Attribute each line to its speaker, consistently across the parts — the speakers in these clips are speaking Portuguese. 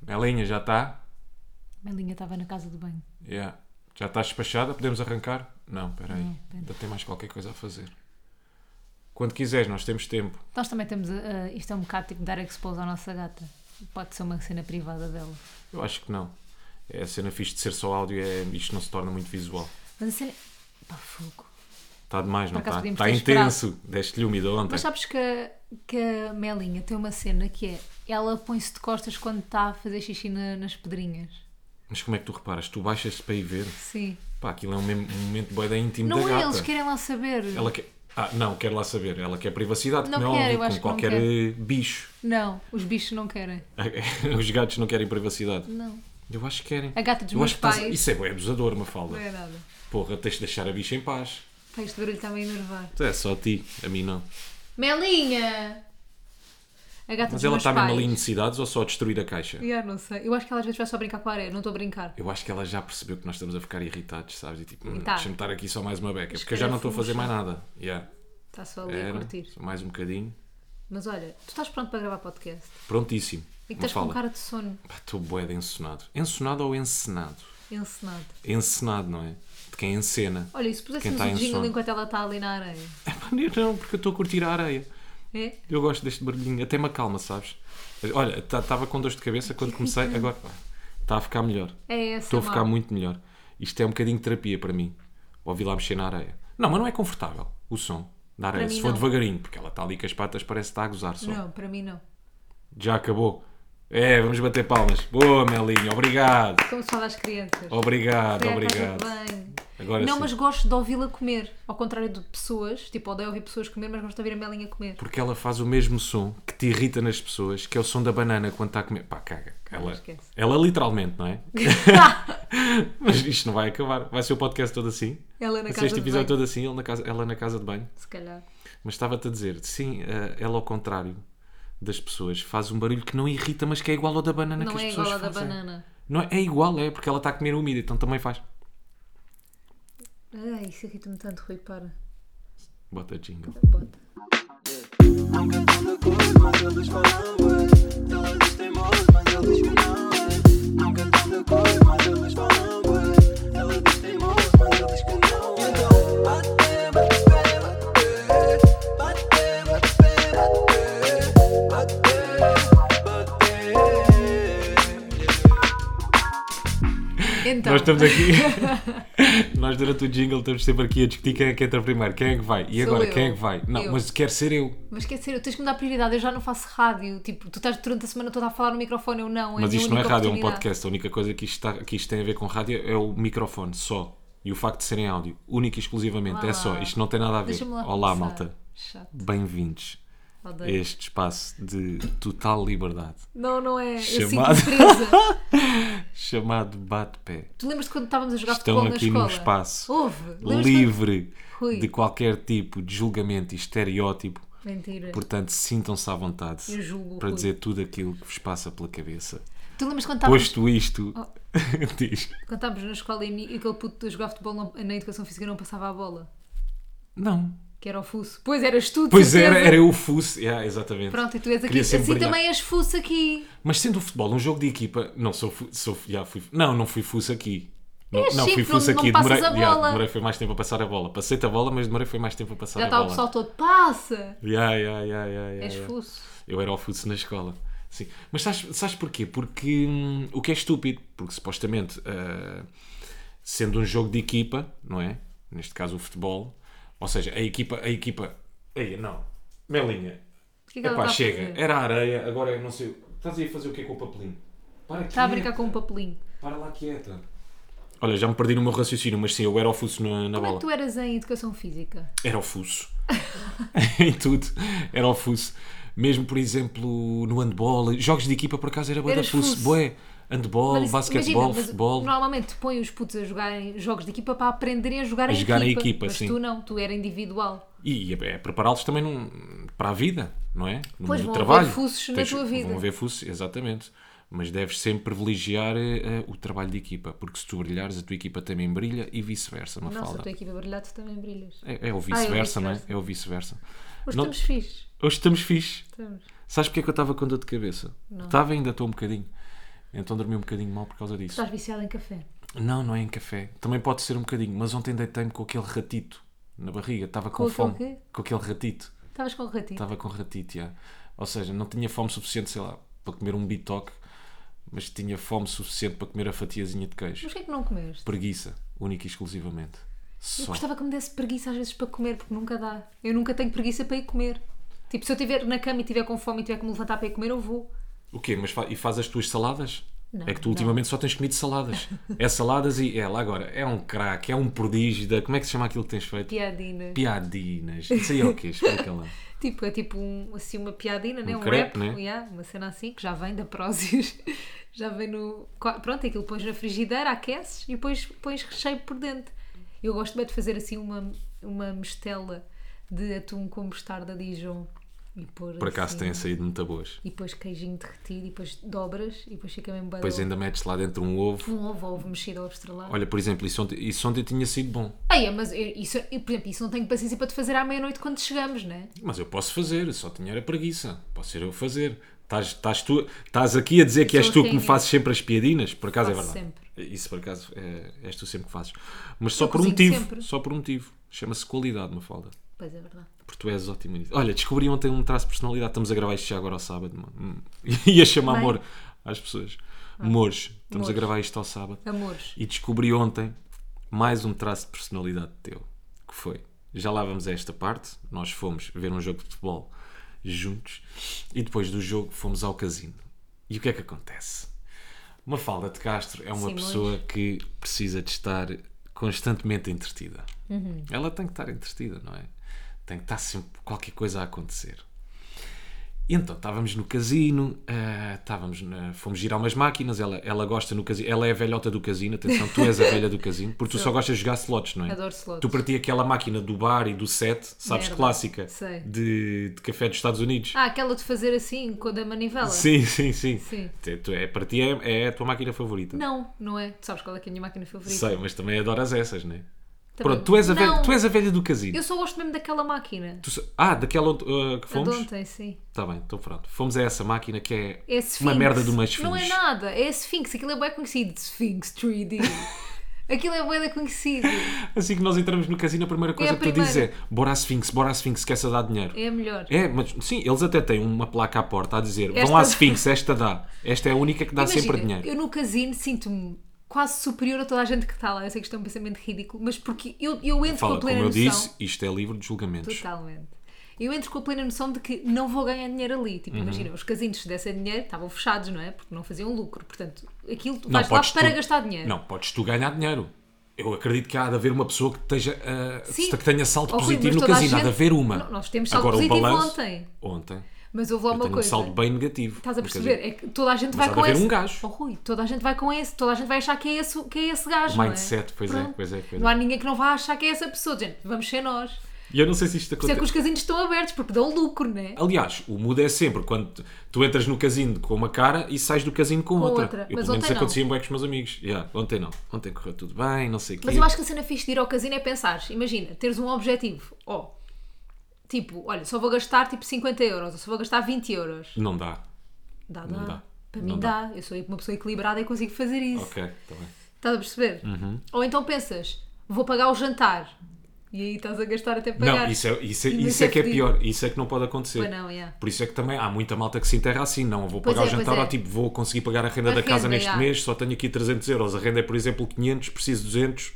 Speaker 1: Melinha, já está?
Speaker 2: Melinha estava na casa do banho.
Speaker 1: Yeah. Já está despachada? Podemos arrancar? Não, espera aí.
Speaker 2: Não, espera.
Speaker 1: Ainda tem mais qualquer coisa a fazer. Quando quiseres, nós temos tempo.
Speaker 2: Nós também temos. a- a- isto é um bocado tipo dar expose à nossa gata. Pode ser uma cena privada dela.
Speaker 1: Eu acho que não. É a cena fixe de ser só áudio, é, isto não se torna muito visual.
Speaker 2: Mas a cena. Pá, fogo.
Speaker 1: Está demais, não
Speaker 2: acaso
Speaker 1: está?
Speaker 2: podíamos
Speaker 1: Está
Speaker 2: ter
Speaker 1: intenso. Deste-lhe úmida ontem.
Speaker 2: Mas sabes que, a- que a Melinha tem uma cena que é. Ela põe-se de costas quando está a fazer xixi na- nas pedrinhas.
Speaker 1: Mas como é que tu reparas? Tu baixas-te para ir ver.
Speaker 2: Sim.
Speaker 1: Pá, aquilo é um, mem- um momento bem da íntimo
Speaker 2: Não
Speaker 1: da
Speaker 2: é,
Speaker 1: gata.
Speaker 2: eles querem lá saber.
Speaker 1: Ela quer... Ah, não, quero lá saber. Ela quer privacidade,
Speaker 2: Não
Speaker 1: como é
Speaker 2: quer,
Speaker 1: óbvio,
Speaker 2: eu acho
Speaker 1: como
Speaker 2: que não
Speaker 1: qualquer
Speaker 2: quer.
Speaker 1: eh, bicho.
Speaker 2: Não, os bichos não querem.
Speaker 1: Os gatos não querem privacidade.
Speaker 2: Não.
Speaker 1: Eu acho que querem.
Speaker 2: A gata dos
Speaker 1: Eu
Speaker 2: meus
Speaker 1: acho que estás-
Speaker 2: pais.
Speaker 1: Isso é bem abusador, uma
Speaker 2: Não
Speaker 1: falda.
Speaker 2: é nada.
Speaker 1: Porra, tens de deixar a bicha em paz.
Speaker 2: Pá, este barulho está-me a enervar.
Speaker 1: É só a ti, a mim não.
Speaker 2: Melinha! A gata
Speaker 1: Mas
Speaker 2: dos
Speaker 1: ela
Speaker 2: meus
Speaker 1: está mesmo
Speaker 2: pais.
Speaker 1: ali em necessidades ou só a destruir a caixa?
Speaker 2: Yeah, não sei. Eu acho que ela às vezes vai só brincar com a areia. Não estou a brincar.
Speaker 1: Eu acho que ela já percebeu que nós estamos a ficar irritados, sabes? E tipo, hum,
Speaker 2: Tá.
Speaker 1: deixa-me estar aqui só mais uma beca,
Speaker 2: Mas
Speaker 1: porque eu já
Speaker 2: calhar
Speaker 1: não estou a fazer
Speaker 2: fomos,
Speaker 1: mais nada. Yeah.
Speaker 2: Está só ali a
Speaker 1: Era,
Speaker 2: curtir.
Speaker 1: só mais um bocadinho.
Speaker 2: Mas olha, tu estás pronto para gravar podcast?
Speaker 1: Prontíssimo.
Speaker 2: E que estás com cara de sono
Speaker 1: Pá, Estou bué de encenado. Encenado ou encenado?
Speaker 2: encenado.
Speaker 1: Encenado, não é? De quem encena.
Speaker 2: Olha, e se
Speaker 1: Quem
Speaker 2: puséssemos
Speaker 1: está
Speaker 2: um
Speaker 1: em
Speaker 2: jingle
Speaker 1: sono.
Speaker 2: enquanto ela está ali na areia?
Speaker 1: É pá, não, porque eu estou a curtir a areia.
Speaker 2: É?
Speaker 1: Eu gosto deste barulhinho, até me acalma, sabes? Olha, estava com dor de cabeça quando comecei, agora está a ficar melhor.
Speaker 2: É essa.
Speaker 1: Estou a ficar muito melhor. Isto é um bocadinho de terapia para mim. Ouvi lá mexer na areia. Não, mas não é confortável o som da areia.
Speaker 2: mim
Speaker 1: Se for
Speaker 2: não.
Speaker 1: devagarinho, porque ela está ali com as patas, parece que está a gozar só.
Speaker 2: Não, para mim não.
Speaker 1: Já acabou. É, vamos bater palmas. Boa, Melinha. Obrigado.
Speaker 2: Como se fala às crianças. É,
Speaker 1: Obrigado,
Speaker 2: Vai à casa de
Speaker 1: obrigado.
Speaker 2: banho.
Speaker 1: Agora
Speaker 2: não,
Speaker 1: sim.
Speaker 2: mas gosto de ouvi-la comer. Ao contrário de pessoas, tipo, odeio ouvir pessoas comer, mas gosto de ouvir a Melinha comer.
Speaker 1: Porque ela faz o mesmo som que te irrita nas pessoas, que é o som da banana quando está a comer. Pá, caga. Ela,
Speaker 2: esquece.
Speaker 1: ela literalmente, não é? Mas isto não vai acabar. Vai ser o podcast todo assim.
Speaker 2: ela na
Speaker 1: Vai ser
Speaker 2: casa
Speaker 1: este
Speaker 2: de
Speaker 1: episódio
Speaker 2: banho,
Speaker 1: todo assim, ele na casa- ela na casa de banho.
Speaker 2: se calhar.
Speaker 1: Mas estava-te a dizer, sim, eh, ela ao contrário das pessoas faz um barulho que não irrita, mas que é igual ao da banana
Speaker 2: não
Speaker 1: que as
Speaker 2: é
Speaker 1: pessoas
Speaker 2: igual a da
Speaker 1: fazem.
Speaker 2: banana.
Speaker 1: Não é, é igual, é, porque ela está a comer umida, então também faz.
Speaker 2: Ai, isso irrita-me tanto, Rui, para.
Speaker 1: Bota jingle.
Speaker 2: Bota.
Speaker 3: Não quero tanta coisa, mas eles falam bué. Elas têm moço, mas eles que não é. Não quero tanta coisa, mas eles falam bué. Elas têm moço, mas eles que não é. Então, bate, bate, bate, bate. Bate, bate, bate, bate. Bate, yeah.
Speaker 2: Então,
Speaker 1: Nós estamos aqui. Nós durante o jingle estamos sempre aqui a discutir quem é que entra primeiro, quem é que vai. E
Speaker 2: Sou
Speaker 1: agora,
Speaker 2: eu.
Speaker 1: quem é que vai? Não,
Speaker 2: Eu.
Speaker 1: mas quer ser eu.
Speaker 2: mas quer dizer, tens que me dar prioridade. Eu já não faço rádio. Tipo, tu estás durante a semana toda a falar no microfone, eu não. a
Speaker 1: mas
Speaker 2: minha
Speaker 1: isto não é
Speaker 2: única
Speaker 1: rádio, é um
Speaker 2: oportunidade.
Speaker 1: podcast. A única coisa que isto, está- que isto tem a ver com rádio é o microfone, só. E o facto de serem áudio, único e exclusivamente.
Speaker 2: Olá.
Speaker 1: É só. Isto não tem nada a ver.
Speaker 2: Deixa-me lá
Speaker 1: Olá,
Speaker 2: começar.
Speaker 1: malta. É
Speaker 2: Chato.
Speaker 1: Bem-vindos. a
Speaker 2: Odeio.
Speaker 1: este espaço de total liberdade,
Speaker 2: Não, não é. Eu
Speaker 1: Chamado.
Speaker 2: sinto presa.
Speaker 1: chamado Bate-Pé.
Speaker 2: tu lembras-te quando estávamos a jogar
Speaker 1: Estão
Speaker 2: futebol na
Speaker 1: aqui
Speaker 2: escola?
Speaker 1: num espaço
Speaker 2: Houve. Lembras-te
Speaker 1: livre
Speaker 2: Rui.
Speaker 1: de qualquer tipo de julgamento e estereótipo.
Speaker 2: quando- Mentira.
Speaker 1: Portanto, sintam-se à vontade
Speaker 2: Eu julgo,
Speaker 1: para
Speaker 2: Rui. Tá
Speaker 1: dizer tudo aquilo que vos passa pela cabeça.
Speaker 2: Tu lembras quando estávamos,
Speaker 1: Posto isto,
Speaker 2: Oh.
Speaker 1: diz:
Speaker 2: quando estávamos na escola e, ni- e aquele puto a jogar futebol não- na educação física não passava a bola?
Speaker 1: Não.
Speaker 2: Que era o fuso. Pois eras tu, de
Speaker 1: Pois
Speaker 2: certeza.
Speaker 1: era, era eu o fuço. Yeah, exatamente.
Speaker 2: Pronto, e tu és aqui.
Speaker 1: Queria
Speaker 2: Assim
Speaker 1: sempre brilhar.
Speaker 2: também és fuso aqui.
Speaker 1: Mas sendo o futebol um jogo de equipa, não sou, fu- sou já fui, não, não fui fuço aqui. Não,
Speaker 2: És
Speaker 1: não fui
Speaker 2: É chique, não-
Speaker 1: fuço
Speaker 2: não
Speaker 1: aqui,
Speaker 2: passas
Speaker 1: demorei,
Speaker 2: a
Speaker 1: já,
Speaker 2: bola.
Speaker 1: demorei foi mais tempo a passar a bola. Passei-te a bola, mas demorei foi mais tempo a passar
Speaker 2: Já
Speaker 1: a
Speaker 2: está
Speaker 1: bola. É.
Speaker 2: o pessoal todo. Passa!
Speaker 1: Já, já, já, já, já,
Speaker 2: És
Speaker 1: já.
Speaker 2: fuso.
Speaker 1: Eu era o fuço na escola. Sim. Mas sabes, sabes porquê? Porque hum, o que é estúpido, porque supostamente ah, sendo um jogo de equipa, não é? Neste caso o futebol, ou seja, a equipa, a equipa. Ei, não, Melinha,
Speaker 2: O que é que ela
Speaker 1: epá,
Speaker 2: está a
Speaker 1: chega,
Speaker 2: fazer?
Speaker 1: era areia, agora eu não sei. Estás aí a fazer o que é com o papelinho? Para
Speaker 2: Está a
Speaker 1: quieta.
Speaker 2: brincar com um papelinho.
Speaker 1: Para lá quieta. Olha, já me perdi no meu raciocínio, mas sim, eu era o fuço na, na
Speaker 2: Como é
Speaker 1: Então, bola.
Speaker 2: que tu eras em educação física?
Speaker 1: Era o fuço. em tudo, era o fuço. Mesmo, por exemplo, no handball, jogos de equipa por acaso era bué da
Speaker 2: Eras
Speaker 1: fuço.
Speaker 2: fuço.
Speaker 1: Bué, handball,
Speaker 2: Mas isso-
Speaker 1: basquetebol,
Speaker 2: imagina, mas
Speaker 1: futebol.
Speaker 2: Normalmente põe os putos a jogarem jogos de equipa para aprenderem a jogar
Speaker 1: A
Speaker 2: em
Speaker 1: jogar em
Speaker 2: equipa.
Speaker 1: equipa,
Speaker 2: mas
Speaker 1: sim.
Speaker 2: tu não, tu era individual.
Speaker 1: E é, é prepará-los também num- para a vida, não é? No
Speaker 2: Pois,
Speaker 1: mundo do
Speaker 2: vão
Speaker 1: trabalho.
Speaker 2: haver fuços na tua vida.
Speaker 1: Vão haver fuços, exatamente. Mas deves sempre privilegiar eh, eh, o trabalho de equipa, porque se tu brilhares, a tua equipa também brilha e vice-versa, uma
Speaker 2: Nossa, a
Speaker 1: falda.
Speaker 2: tua equipa brilhar, tu também brilhas.
Speaker 1: É, é o vice-versa, não é?
Speaker 2: vice-versa.
Speaker 1: É o vice-versa.
Speaker 2: Mas
Speaker 1: Não-
Speaker 2: estamos fixe.
Speaker 1: Hoje estamos fixe.
Speaker 2: Estamos.
Speaker 1: Sabes porque é que eu estava com dor de cabeça? Estava ainda, estou um bocadinho. Então dormi um bocadinho mal por causa disso.
Speaker 2: Estás viciado em café.
Speaker 1: Não, não é em café. Também pode ser um bocadinho, mas ontem deitei-me com aquele ratito na barriga. Estava com,
Speaker 2: Com aquele
Speaker 1: fome.
Speaker 2: quê?
Speaker 1: Com aquele ratito.
Speaker 2: Estavas com o ratinho.
Speaker 1: Estava com ratito, já. Ou seja, não tinha fome suficiente, sei lá, para comer um bitoque, mas tinha fome suficiente para comer a fatiazinha de queijo.
Speaker 2: Mas porquê é que não comeste?
Speaker 1: Preguiça, única e exclusivamente.
Speaker 2: Eu
Speaker 1: Só.
Speaker 2: gostava que me desse preguiça às vezes para comer, porque nunca dá. Eu nunca tenho preguiça para ir comer. Tipo, se eu estiver na cama e estiver com fome e tiver que me levantar para ir comer, eu vou.
Speaker 1: O quê? Mas fa- e faz as tuas saladas?
Speaker 2: Não,
Speaker 1: é que tu
Speaker 2: não.
Speaker 1: ultimamente só tens comido saladas. É saladas e ela agora é um craque, é um prodígio da. Como é que se chama aquilo que tens feito?
Speaker 2: Piadina.
Speaker 1: Piadinas. Isso aí é o quê? Explica lá.
Speaker 2: Tipo, é tipo um, assim, uma piadina, né?
Speaker 1: Um
Speaker 2: um
Speaker 1: crepe,
Speaker 2: rap,
Speaker 1: né?
Speaker 2: yeah, uma cena assim, que já vem da Prósis. já vem no. co- Pronto, aquilo pões na frigideira, aqueces e depois pões recheio por dentro. Eu gosto bem de fazer assim uma, uma mistela de atum com mostarda Dijon. E pôr
Speaker 1: Por acaso
Speaker 2: assim,
Speaker 1: têm saído muito boas.
Speaker 2: E depois queijinho derretido, e depois dobras, e depois fica mesmo bem.
Speaker 1: Depois ainda metes lá dentro um ovo.
Speaker 2: Um ovo, ovo mexido ou estrelado.
Speaker 1: Olha, por exemplo, isso ontem, isso ontem tinha sido bom.
Speaker 2: Ai, é, mas eu- isso, eu, por exemplo, isso não tenho paciência para te fazer à meia-noite quando chegamos, né?
Speaker 1: Mas eu posso fazer, eu só tinha era preguiça. Posso ser eu a fazer. Estás, estás, tu, estás aqui a dizer que
Speaker 2: sou
Speaker 1: és tu que me
Speaker 2: rainha.
Speaker 1: fazes sempre as piadinas? Por acaso
Speaker 2: Faço
Speaker 1: é verdade. Isso por acaso é, és tu sempre que fazes. Mas só
Speaker 2: Eu
Speaker 1: por um
Speaker 2: cozinho
Speaker 1: motivo.
Speaker 2: sempre.
Speaker 1: Só por um motivo. Chama-se qualidade, uma falda.
Speaker 2: Pois é verdade.
Speaker 1: Porque tu és ótimo nisso. Olha, descobri ontem um traço de personalidade. Estamos a gravar isto já agora ao sábado, mano. Hum. Ia chamar
Speaker 2: Bem. Ah,
Speaker 1: amor às pessoas. Mores. Estamos a
Speaker 2: Mores. É
Speaker 1: gravar isto ao sábado.
Speaker 2: Amores.
Speaker 1: E descobri ontem mais um traço de personalidade teu. Que foi. Já lá vamos a esta parte. Nós fomos ver um jogo de futebol juntos. E depois do jogo fomos ao casino. E o que é que acontece? Uma falda de Castro é uma
Speaker 2: Simões.
Speaker 1: pessoa que precisa de estar constantemente entretida. Ela tem que estar entretida, não é? Tem que estar sempre qualquer coisa a acontecer. E então estávamos no casino, ah, estávamos na- fomos girar umas máquinas. Ela, ela gosta no casino, ela é a velhota do casino. Atenção, tu és a velha do casino, porque tu só gostas de jogar slots, não é?
Speaker 2: Adoro slots.
Speaker 1: Tu para ti aquela máquina do bar e do set, sabes,
Speaker 2: Merda.
Speaker 1: clássica
Speaker 2: Sei.
Speaker 1: de, de café dos Estados Unidos.
Speaker 2: Ah, aquela de fazer assim, com a da manivela?
Speaker 1: Sim, sim, sim.
Speaker 2: Sim.
Speaker 1: Tu- tu- é, para ti é, é a tua máquina favorita.
Speaker 2: Não, não é? Tu sabes qual é que é a minha máquina favorita?
Speaker 1: Sei, mas também adoras essas, né?
Speaker 2: Também-
Speaker 1: Pronto, tu és, a
Speaker 2: Não,
Speaker 1: velha, tu és a velha do casino.
Speaker 2: Eu só gosto mesmo daquela máquina.
Speaker 1: Tu so- ah, daquela onde, ah, que
Speaker 2: A de
Speaker 1: fomos?
Speaker 2: ontem, sim.
Speaker 1: Está bem, então pronto. Fomos a essa máquina que é,
Speaker 2: É a Sphinx.
Speaker 1: uma merda de uma esfinge.
Speaker 2: Não é nada, é a Sphinx. Aquilo é bem conhecido. Sphinx 3D. Aquilo é bem conhecido.
Speaker 1: Assim que nós entramos no casino, a primeira coisa
Speaker 2: a
Speaker 1: que tu dizes é
Speaker 2: primeira.
Speaker 1: bora à Sphinx, bora à Sphinx, que essa dá dinheiro.
Speaker 2: É a melhor.
Speaker 1: É, mas sim, eles até têm uma placa à porta a dizer
Speaker 2: Esta
Speaker 1: vão à
Speaker 2: dá."
Speaker 1: Sphinx, esta dá. Esta é a única que dá
Speaker 2: Imagina,
Speaker 1: sempre dinheiro.
Speaker 2: Eu no casino sinto-me quase superior a toda a gente que está lá. Eu sei que isto é um pensamento ridículo, mas porque eu, eu entro
Speaker 1: Fala,
Speaker 2: com a
Speaker 1: como
Speaker 2: plena
Speaker 1: eu
Speaker 2: noção.
Speaker 1: disse, isto é livre de julgamentos.
Speaker 2: Totalmente. Eu entro com a plena noção de que não vou ganhar dinheiro ali.
Speaker 1: Uhum.
Speaker 2: Tipo, imagina, os casinos, se dessem dinheiro, estavam fechados, não é? Porque não faziam lucro. Portanto, aquilo tu vais lá para
Speaker 1: tu-
Speaker 2: gastar dinheiro.
Speaker 1: Não, podes tu ganhar dinheiro. Eu acredito que há de haver uma pessoa que, esteja, ah,
Speaker 2: Sim.
Speaker 1: que tenha saldo
Speaker 2: Oh, Rui,
Speaker 1: positivo
Speaker 2: mas
Speaker 1: no
Speaker 2: toda a
Speaker 1: casino. Há de
Speaker 2: gente-
Speaker 1: haver uma.
Speaker 2: Não, nós temos saldo
Speaker 1: o
Speaker 2: positivo
Speaker 1: balanço-
Speaker 2: ontem.
Speaker 1: Ontem.
Speaker 2: Mas houve lá
Speaker 1: Eu
Speaker 2: uma
Speaker 1: tenho
Speaker 2: coisa.
Speaker 1: um saldo bem negativo.
Speaker 2: Estás a
Speaker 1: no
Speaker 2: perceber?
Speaker 1: casino.
Speaker 2: É que toda a
Speaker 1: Mas
Speaker 2: gente
Speaker 1: há
Speaker 2: vai
Speaker 1: de
Speaker 2: com
Speaker 1: haver
Speaker 2: esse.
Speaker 1: um gajo.
Speaker 2: Oh, Rui, toda a gente vai com esse, toda a gente vai achar que é esse, que é esse gajo. não é?
Speaker 1: mindset, pois é,
Speaker 2: Pronto.
Speaker 1: pois é, pois
Speaker 2: Não
Speaker 1: é.
Speaker 2: há ninguém que não vá achar que é essa pessoa. Gente, vamos ser nós. Por
Speaker 1: E eu não sei se isto
Speaker 2: isso é
Speaker 1: acontece.
Speaker 2: que os casinos estão abertos, porque dão lucro, não é?
Speaker 1: Aliás, o mudo é sempre quando tu- tu entras no casino com uma cara e sais do casino com, outra.
Speaker 2: outra.
Speaker 1: Eu,
Speaker 2: Mas
Speaker 1: pelo menos
Speaker 2: ontem não.
Speaker 1: acontecia bem com os meus amigos. Yeah, ontem não. Ontem correu tudo bem, não sei o quê.
Speaker 2: Mas eu acho que a cena fixe de ir ao casino é pensar, imagina, teres um objetivo, ó, tipo, olha, só vou gastar tipo 50 euros, ou só vou gastar 20 euros.
Speaker 1: Não dá.
Speaker 2: Dá,
Speaker 1: Não
Speaker 2: dá.
Speaker 1: dá.
Speaker 2: Para
Speaker 1: Não
Speaker 2: mim dá. Eu sou uma pessoa equilibrada e consigo fazer isso.
Speaker 1: Ok, Uhum. está bem.
Speaker 2: Estás a perceber? Ou então pensas, vou pagar o jantar. E aí estás a gastar até pagar.
Speaker 1: Não, isso é, isso é,
Speaker 2: E
Speaker 1: isso é que é
Speaker 2: fedido.
Speaker 1: pior. Isso é que não pode acontecer.
Speaker 2: Pois não, yeah.
Speaker 1: Por isso é que também há muita malta que se enterra assim. Não, eu vou
Speaker 2: Pois
Speaker 1: pagar
Speaker 2: é,
Speaker 1: o
Speaker 2: pois
Speaker 1: jantar
Speaker 2: é.
Speaker 1: ou tipo, vou conseguir pagar a renda
Speaker 2: A
Speaker 1: da casa
Speaker 2: renda,
Speaker 1: neste
Speaker 2: já.
Speaker 1: mês, só tenho aqui 300 euros. A renda é, por exemplo, 500, preciso 200.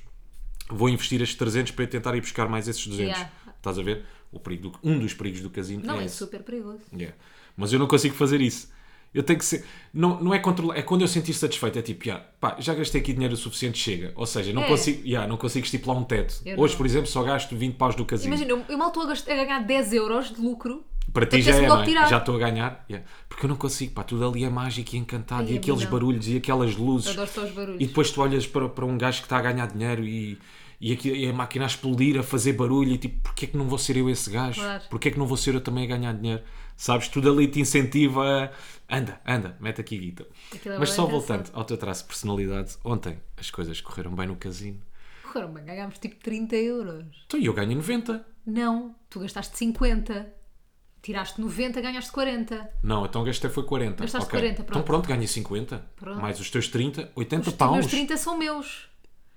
Speaker 1: Vou investir estes 300 para eu tentar ir buscar mais esses 200.
Speaker 2: Já.
Speaker 1: Estás a ver? O perigo do- um dos perigos do casino
Speaker 2: Não,
Speaker 1: é
Speaker 2: é,
Speaker 1: esse.
Speaker 2: super perigoso.
Speaker 1: Yeah. Mas eu não consigo fazer isso. Eu tenho que ser. Não, não é controlar. É quando eu sentir satisfeito. É tipo, yeah, pá, já gastei aqui dinheiro o suficiente, chega. Ou seja, não,
Speaker 2: É.
Speaker 1: consigo, yeah, não consigo estipular um teto.
Speaker 2: Eu
Speaker 1: Hoje,
Speaker 2: não.
Speaker 1: por exemplo, só gasto 20 paus do casino.
Speaker 2: Imagina, eu- eu mal estou a, gastar, a ganhar 10 euros de lucro.
Speaker 1: Para ti já é,
Speaker 2: apetece-me
Speaker 1: não
Speaker 2: logo
Speaker 1: é?
Speaker 2: tirar.
Speaker 1: Já estou a ganhar. Yeah. Porque eu não consigo, pá, tudo ali é mágico e encantado.
Speaker 2: Ai,
Speaker 1: e
Speaker 2: a
Speaker 1: aqueles
Speaker 2: mim não.
Speaker 1: barulhos e aquelas luzes.
Speaker 2: Adoro só os barulhos.
Speaker 1: E depois tu olhas para, para um gajo que está a ganhar dinheiro e, e, aqui, e a máquina a explodir, a fazer barulho e tipo, porquê é que não vou ser eu esse gajo?
Speaker 2: Claro.
Speaker 1: Porquê é que não vou ser eu também a ganhar dinheiro? Sabes, tudo ali te incentiva a... Anda, anda, mete aqui guita.
Speaker 2: Aquilo é
Speaker 1: Mas
Speaker 2: bem
Speaker 1: só
Speaker 2: engraçado.
Speaker 1: voltando ao teu traço de personalidade, ontem as coisas correram bem no casino.
Speaker 2: Correram bem, ganhámos tipo 30 euros.
Speaker 1: Então e eu ganho 90.
Speaker 2: Não, tu gastaste 50. Tiraste 90, ganhaste 40.
Speaker 1: Não, então gastei foi 40.
Speaker 2: Gastaste
Speaker 1: Ok.
Speaker 2: 40, pronto.
Speaker 1: Então pronto, ganhei 50.
Speaker 2: Pronto.
Speaker 1: Mais os teus 30, 80
Speaker 2: Os
Speaker 1: Então, paus.
Speaker 2: meus 30 são meus.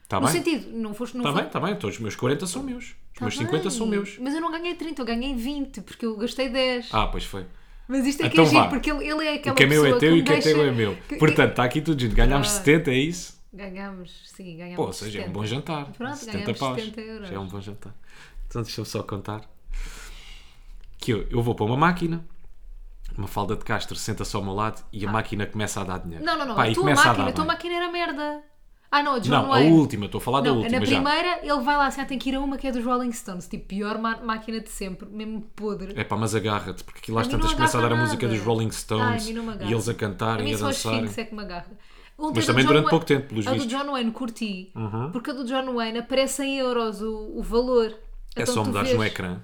Speaker 1: Está
Speaker 2: no
Speaker 1: Tá bem?
Speaker 2: sentido, não foste. Não
Speaker 1: Está
Speaker 2: foi-
Speaker 1: bem, está bem. Então os meus 40 são meus. Os
Speaker 2: Tá
Speaker 1: meus 50 são
Speaker 2: bem,
Speaker 1: meus.
Speaker 2: Mas eu não ganhei 30, eu ganhei 20, porque eu gastei 10.
Speaker 1: Ah, pois foi.
Speaker 2: Mas isto é que
Speaker 1: então
Speaker 2: é giro,
Speaker 1: vá.
Speaker 2: porque ele, ele é
Speaker 1: O
Speaker 2: aquela
Speaker 1: que é meu
Speaker 2: pessoa
Speaker 1: é teu
Speaker 2: que
Speaker 1: e o que é
Speaker 2: me
Speaker 1: teu
Speaker 2: deixa-
Speaker 1: é meu.
Speaker 2: que-
Speaker 1: Portanto, está aqui tudo junto. Ganhámos
Speaker 2: Ah.
Speaker 1: 70, é isso?
Speaker 2: que- Ganhamos, sim, ganhamos.
Speaker 1: Pô, ou seja, é um
Speaker 2: 70.
Speaker 1: bom jantar.
Speaker 2: Pronto,
Speaker 1: 70
Speaker 2: ganhamos
Speaker 1: paus.
Speaker 2: 70 euros.
Speaker 1: Já é um bom jantar. Então deixa-me só contar que eu, eu vou para uma máquina, uma falda de Castro senta-se ao meu lado e a máquina começa a dar dinheiro.
Speaker 2: Ah. Não, não, não.
Speaker 1: Pá, e
Speaker 2: a tua
Speaker 1: começa a
Speaker 2: máquina,
Speaker 1: dar
Speaker 2: a tua
Speaker 1: bem.
Speaker 2: máquina era merda. Ah, não, a de John
Speaker 1: Não, a
Speaker 2: Wayne.
Speaker 1: última, estou a falar da
Speaker 2: Não,
Speaker 1: última
Speaker 2: na
Speaker 1: já.
Speaker 2: primeira ele vai lá assim, ah, tem que ir a uma que é dos Rolling Stones, tipo, pior ma- máquina de sempre, mesmo podre.
Speaker 1: É pá, mas agarra-te, porque aquilo
Speaker 2: A
Speaker 1: às
Speaker 2: mim
Speaker 1: tantas
Speaker 2: não
Speaker 1: começa a dar
Speaker 2: agarra
Speaker 1: a música
Speaker 2: nada.
Speaker 1: dos Rolling
Speaker 2: Ai, a
Speaker 1: Stones
Speaker 2: mim não me agarra.
Speaker 1: e eles a
Speaker 2: a
Speaker 1: cantarem e
Speaker 2: mim
Speaker 1: a
Speaker 2: só os
Speaker 1: dançarem.
Speaker 2: Sphinx é que me agarra. Ontem
Speaker 1: Mas
Speaker 2: a
Speaker 1: também
Speaker 2: do John
Speaker 1: durante
Speaker 2: Wayne-
Speaker 1: pouco tempo, pelos
Speaker 2: A do
Speaker 1: vistos. Uhum.
Speaker 2: John Wayne curti, porque a do John Wayne aparece em euros o, o valor.
Speaker 1: É
Speaker 2: Então
Speaker 1: só
Speaker 2: tu
Speaker 1: mudares
Speaker 2: vês-
Speaker 1: no ecrã.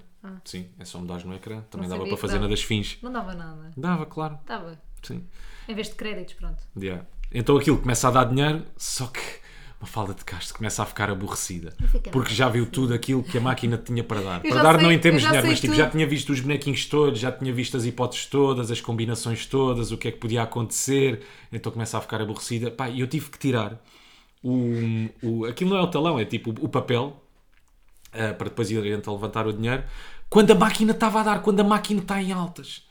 Speaker 1: Sim, é só mudares no ecrã. Também dava
Speaker 2: sabia
Speaker 1: para
Speaker 2: que
Speaker 1: fazer
Speaker 2: dava.
Speaker 1: na das fins.
Speaker 2: Não dava nada.
Speaker 1: Dava, claro.
Speaker 2: Dava.
Speaker 1: Sim.
Speaker 2: Em vez de créditos, pronto.
Speaker 1: Yeah. Então aquilo começa a dar dinheiro, só que uma falda de Castro começa a ficar aborrecida.
Speaker 2: fica
Speaker 1: Porque já viu tudo aquilo que a máquina tinha para dar.
Speaker 2: Eu
Speaker 1: para
Speaker 2: já
Speaker 1: dar
Speaker 2: sei-
Speaker 1: não em termos
Speaker 2: eu
Speaker 1: de
Speaker 2: já
Speaker 1: dinheiro,
Speaker 2: sei
Speaker 1: mas tipo,
Speaker 2: tudo.
Speaker 1: já tinha visto os bonequinhos todos, já tinha visto as hipóteses todas, as combinações todas, o que é que podia acontecer. Então começa a ficar aborrecida. Pá, e eu tive que tirar o, o- Aquilo não é o talão, é tipo o papel ah, para depois ir então levantar o dinheiro. Quando a máquina estava a dar, quando a máquina está em altas.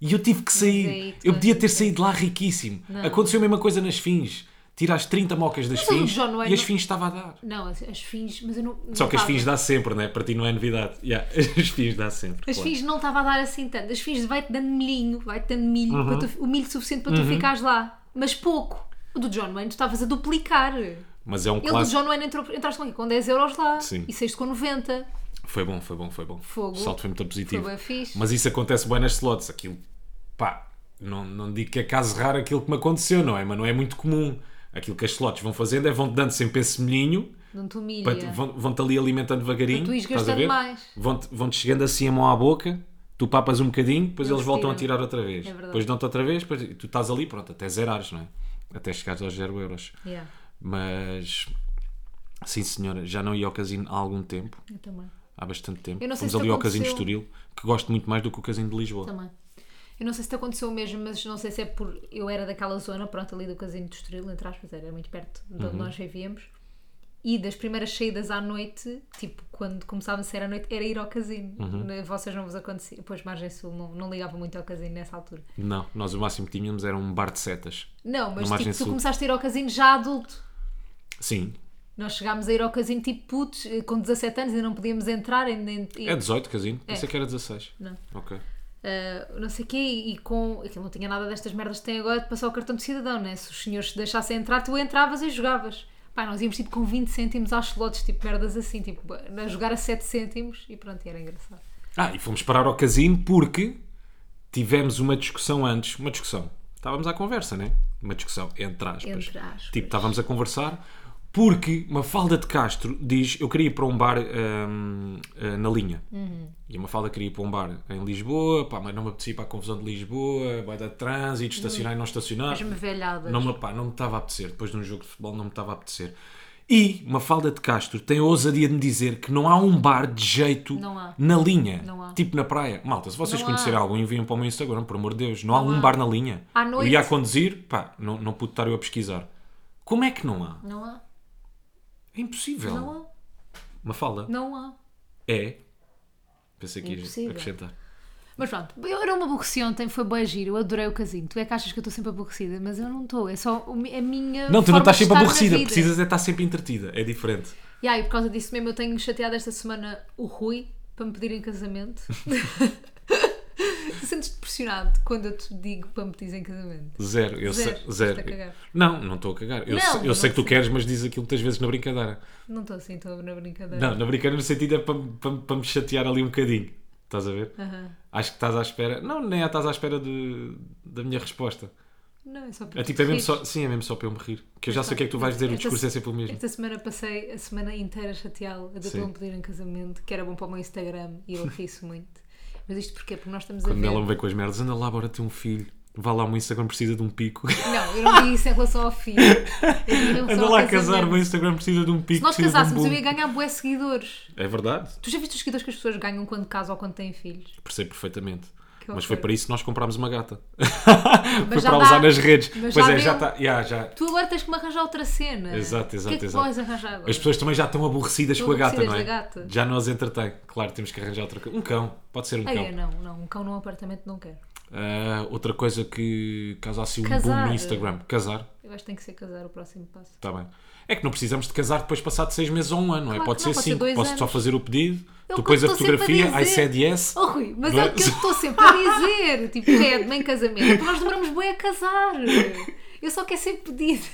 Speaker 1: E eu tive que sair.
Speaker 2: aí tu
Speaker 1: eu podia
Speaker 2: vais-
Speaker 1: ter saído de lá riquíssimo. Aconteceu a mesma coisa nas fins. Tira as 30 mocas das
Speaker 2: Mas o do
Speaker 1: fins
Speaker 2: John Wayne
Speaker 1: e as
Speaker 2: não-
Speaker 1: fins estava a dar.
Speaker 2: Não, as, as fins, mas eu não. não
Speaker 1: Só que as
Speaker 2: dava.
Speaker 1: fins dá sempre, né? Para ti não é novidade. Yeah, as fins dá sempre.
Speaker 2: As
Speaker 1: claro.
Speaker 2: fins não estava a dar assim tanto. As fins vai-te dando milhinho, vai-te dando milho,
Speaker 1: Uhum.
Speaker 2: para tu- o milho suficiente para tu ficares lá. Mas pouco. O do John Wayne tu estavas a duplicar. Ele
Speaker 1: Mas é um
Speaker 2: do
Speaker 1: clássico.
Speaker 2: John Wayne entrou, entraste com, quê? com 10 euros lá
Speaker 1: Sim.
Speaker 2: e saíste com 90.
Speaker 1: Foi bom, foi bom, foi bom.
Speaker 2: Fogo.
Speaker 1: O salto foi muito positivo.
Speaker 2: Foi bué fixe.
Speaker 1: Mas isso acontece bem nas slots. Aquilo, pá, não, não digo que é caso raro aquilo que me aconteceu, não é? Mas não é muito comum. Aquilo que as slots vão fazendo é vão-te dando sempre esse milhinho
Speaker 2: Não-te humilha.
Speaker 1: Para- vão- Vão-te ali alimentando devagarinho.
Speaker 2: Para tu ires
Speaker 1: estás a
Speaker 2: gastando
Speaker 1: ver?
Speaker 2: mais.
Speaker 1: Vão-te vão chegando assim a mão à boca, tu papas um bocadinho, depois
Speaker 2: Eles
Speaker 1: eles, voltam
Speaker 2: tiram.
Speaker 1: a tirar outra vez.
Speaker 2: É verdade.
Speaker 1: depois dão-te outra vez, depois, e tu estás ali, pronto, até zerares, não é? Até chegares aos 0 euros.
Speaker 2: Yeah,
Speaker 1: Mas, sim senhora, já não ia ao casino há algum tempo,
Speaker 2: eu também.
Speaker 1: há bastante tempo.
Speaker 2: Eu não sei
Speaker 1: Fomos
Speaker 2: se te
Speaker 1: ali ao casino de
Speaker 2: aconteceu.
Speaker 1: Estoril, que gosto muito mais do que o casino de Lisboa.
Speaker 2: Também. Eu não sei se te aconteceu mesmo, mas não sei se é por. Eu era daquela zona, pronto, ali do Casino de Estoril, entre aspas, era muito perto de onde
Speaker 1: Uhum.
Speaker 2: nós vivíamos. E das primeiras saídas à noite, tipo, quando começava a ser à noite, era ir ao casino.
Speaker 1: Uhum.
Speaker 2: Na- Vocês não vos acontecia. Pois, Margem Sul não, não ligava muito ao casino nessa altura.
Speaker 1: Não, nós o máximo que tínhamos era um bar de setas.
Speaker 2: Não, mas
Speaker 1: Margem
Speaker 2: tipo, tu
Speaker 1: Sul.
Speaker 2: começaste a ir ao casino já adulto.
Speaker 1: Sim,
Speaker 2: Nós chegámos a ir ao casino tipo putos, eh, com 17 anos, ainda não podíamos entrar. Ainda, ainda-
Speaker 1: é 18 casino, pensei que era 16.
Speaker 2: Não.
Speaker 1: Ok.
Speaker 2: Uh, não sei o quê, e com. Aquilo não tinha nada destas merdas que tem agora de passar o cartão de cidadão, né? Se os senhores te deixassem entrar, tu entravas e jogavas. Pá, nós íamos tipo com 20 cêntimos aos lotes, tipo merdas assim, tipo, a jogar a 7 cêntimos e pronto, e era engraçado.
Speaker 1: Ah, e fomos parar ao casino porque tivemos uma discussão antes. Uma discussão. Estávamos à conversa, né? Uma discussão, entre aspas.
Speaker 2: Entre aspas.
Speaker 1: Tipo, estávamos a conversar porque Mafalda de Castro diz: Eu queria ir para um bar hum, eh, na linha.
Speaker 2: Uhum.
Speaker 1: E a Mafalda queria ir para um bar em Lisboa, pá, mas não me apetecia para a confusão de Lisboa, vai dar trânsito, estacionar e não estacionar.
Speaker 2: As-me velhadas.
Speaker 1: Não me, pá, não me estava a apetecer. Depois de um jogo de futebol, não me estava a apetecer. E Mafalda de Castro tem a ousadia de me dizer que não há um bar de jeito
Speaker 2: Não há.
Speaker 1: na linha.
Speaker 2: Não há.
Speaker 1: Tipo na praia. Malta, se vocês
Speaker 2: Não
Speaker 1: conhecerem
Speaker 2: há.
Speaker 1: algum, enviem para o meu Instagram, por amor de Deus. Não, há um
Speaker 2: há.
Speaker 1: bar na linha.
Speaker 2: À
Speaker 1: Eu
Speaker 2: noite.
Speaker 1: ia a conduzir, pá, não, não pude estar eu a pesquisar. Como é que não há?
Speaker 2: Não há,
Speaker 1: É impossível.
Speaker 2: não há,
Speaker 1: Mafalda?
Speaker 2: não há.
Speaker 1: É. Pensei que ia
Speaker 2: Impossível.
Speaker 1: acrescentar.
Speaker 2: Mas pronto, eu era uma aborreci ontem, foi bem giro, eu adorei o casino. Tu é que achas que eu estou sempre aborrecida, mas eu não estou, é só o mi- a minha.
Speaker 1: Não, tu
Speaker 2: forma
Speaker 1: não estás sempre
Speaker 2: de estar na
Speaker 1: aborrecida.
Speaker 2: vida.
Speaker 1: Precisas é estar sempre entretida. É diferente.
Speaker 2: E aí, por causa disso mesmo, eu tenho chateado esta semana o Rui para me pedir em casamento. tu sentes-te pressionado quando eu te digo para me pedir em casamento?
Speaker 1: Zero, eu
Speaker 2: Zero.
Speaker 1: sei. Zero.
Speaker 2: Estás a cagar.
Speaker 1: Não, não estou a cagar. Eu,
Speaker 2: Não,
Speaker 1: sei, eu
Speaker 2: não
Speaker 1: sei que tu queres, mas diz aquilo muitas vezes na brincadeira.
Speaker 2: Não estou assim, estou na brincadeira.
Speaker 1: Não, na brincadeira no sentido é para, para, para me chatear ali um bocadinho. Estás a ver?
Speaker 2: Aham.
Speaker 1: Acho que estás à espera. Não, nem é estás à espera de, da minha resposta.
Speaker 2: Não, é só para
Speaker 1: É
Speaker 2: tu
Speaker 1: tipo, é
Speaker 2: te
Speaker 1: mesmo só,
Speaker 2: rires.
Speaker 1: sim, é mesmo só para eu me rir. Que eu já sei o que é que tu vais
Speaker 2: Esta-
Speaker 1: dizer, o discurso é
Speaker 2: esta-
Speaker 1: sempre o mesmo.
Speaker 2: Esta semana passei a semana inteira a chateá-lo, a dizer
Speaker 1: Sim.
Speaker 2: para me pedir em casamento, que era bom para o meu Instagram e eu isso muito. Mas isto porquê? Porque nós estamos a
Speaker 1: Quando
Speaker 2: ver.
Speaker 1: ela me vem com as merdas, anda lá, bora ter um filho. Vá lá, o meu Instagram precisa de um pico.
Speaker 2: Não, eu não digo isso em relação ao filho. Eu digo em relação
Speaker 1: Anda
Speaker 2: ao
Speaker 1: lá a
Speaker 2: casamento.
Speaker 1: casar, o meu Instagram precisa de um pico.
Speaker 2: Se nós
Speaker 1: precisa de um
Speaker 2: casássemos, eu
Speaker 1: boom.
Speaker 2: ia ganhar bué seguidores.
Speaker 1: É verdade,
Speaker 2: Tu já viste os seguidores que as pessoas ganham quando casam ou quando têm filhos?
Speaker 1: percebo perfeitamente.
Speaker 2: Que
Speaker 1: Mas foi
Speaker 2: horror.
Speaker 1: para isso que nós comprámos uma gata. foi
Speaker 2: Então, eh, já
Speaker 1: para
Speaker 2: dá.
Speaker 1: usar nas redes.
Speaker 2: Mas
Speaker 1: pois
Speaker 2: já
Speaker 1: é, já
Speaker 2: deu.
Speaker 1: está. Yeah, já.
Speaker 2: Tu agora tens que me arranjar outra cena.
Speaker 1: Exato,
Speaker 2: O que
Speaker 1: exato,
Speaker 2: é que
Speaker 1: exato.
Speaker 2: vais arranjar agora?
Speaker 1: As pessoas também já estão aborrecidas
Speaker 2: Estão
Speaker 1: com a gata, não é?
Speaker 2: aborrecidas da gata.
Speaker 1: Já não as entretém. Claro, temos que arranjar outra coisa. Um cão, pode ser um
Speaker 2: Ai,
Speaker 1: cão.
Speaker 2: eu não, não. Um cão num apartamento não quero.
Speaker 1: Ah, outra coisa que causasse um boom
Speaker 2: Casar.
Speaker 1: no Instagram. Casar,
Speaker 2: Eu acho que tem que ser casar o próximo passo.
Speaker 1: está bem. É que não precisamos de casar depois passado seis meses ou um ano, não é?
Speaker 2: Claro
Speaker 1: pode
Speaker 2: que não,
Speaker 1: ser
Speaker 2: pode ser
Speaker 1: cinco.
Speaker 2: dois
Speaker 1: Posso só
Speaker 2: anos.
Speaker 1: fazer o pedido,
Speaker 2: É o
Speaker 1: tu
Speaker 2: que
Speaker 1: pões
Speaker 2: eu
Speaker 1: a
Speaker 2: estou sempre a
Speaker 1: fotografia,
Speaker 2: dizer.
Speaker 1: I said yes.
Speaker 2: Oh, Rui, mas
Speaker 1: Não
Speaker 2: é
Speaker 1: é?
Speaker 2: o que eu estou sempre a dizer. Tipo, pede-me em casamento. Porque nós demoramos bem a casar. Eu só quero ser pedida.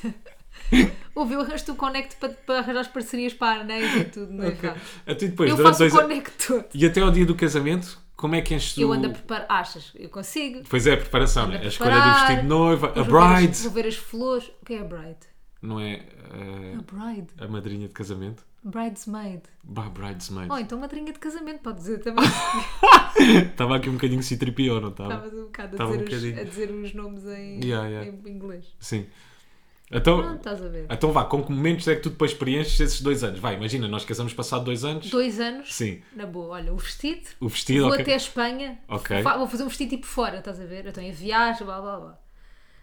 Speaker 2: Ouve, eu arranjo-te o connect para, para arranjar as parcerias para a Anéis e tudo, não é? pá?
Speaker 1: Até depois,
Speaker 2: eu
Speaker 1: durante
Speaker 2: faço o
Speaker 1: dois anos.
Speaker 2: conector.
Speaker 1: E até ao dia do casamento, como é que enches
Speaker 2: Eu
Speaker 1: o-
Speaker 2: ando a preparar. Achas? Eu consigo.
Speaker 1: Pois é, a preparação,
Speaker 2: Ando
Speaker 1: né?
Speaker 2: a
Speaker 1: a escolha do
Speaker 2: preparar,
Speaker 1: vestido de noiva, a
Speaker 2: Depois vou ver as-
Speaker 1: bride,
Speaker 2: Vou ver as flores. O que é a bride?
Speaker 1: não é
Speaker 2: A bride.
Speaker 1: ah, a madrinha de casamento?
Speaker 2: Bridesmaid.
Speaker 1: Bah, bridesmaid.
Speaker 2: Oh, então madrinha de casamento, pode dizer também.
Speaker 1: Estava aqui um bocadinho citripiou, não estava?
Speaker 2: Estavas um bocado a
Speaker 1: Estava um
Speaker 2: dizer, os,
Speaker 1: bocadinho.
Speaker 2: a dizer os nomes em,
Speaker 1: Yeah, yeah.
Speaker 2: em inglês.
Speaker 1: Sim. Então,
Speaker 2: Pronto, estás a ver.
Speaker 1: então vá, com que momentos é que tu depois preenches esses dois anos? Vai, imagina, nós casamos passado dois anos.
Speaker 2: Dois anos,
Speaker 1: Sim.
Speaker 2: na boa. Olha, o vestido,
Speaker 1: O vestido,
Speaker 2: vou
Speaker 1: ok.
Speaker 2: até a Espanha,
Speaker 1: Ok.
Speaker 2: fa- vou fazer um vestido tipo fora, estás a ver? Eu estou em viagem, blá blá blá.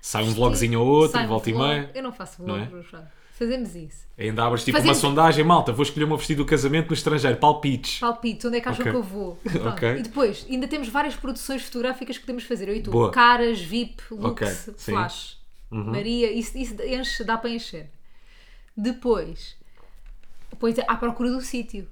Speaker 1: Sai um
Speaker 2: Vestido,
Speaker 1: vlogzinho ou outro,
Speaker 2: sai um
Speaker 1: volta e
Speaker 2: vlog.
Speaker 1: meia.
Speaker 2: Eu não faço
Speaker 1: Não
Speaker 2: vlog,
Speaker 1: é?
Speaker 2: mas pronto. Fazemos isso.
Speaker 1: Ainda abres tipo
Speaker 2: Fazemos-
Speaker 1: uma sondagem, malta, vou escolher o meu vestido do casamento no estrangeiro, palpites.
Speaker 2: Palpites, onde é que acham
Speaker 1: Ok.
Speaker 2: que eu vou? Pronto.
Speaker 1: Ok.
Speaker 2: E depois, ainda temos várias produções fotográficas que podemos fazer, eu e tu.
Speaker 1: Boa.
Speaker 2: Caras, VIP,
Speaker 1: Ok,
Speaker 2: looks,
Speaker 1: sim. Uhum.
Speaker 2: flash, Maria, isso, isso enche, dá para encher. Depois, depois é à procura do sítio.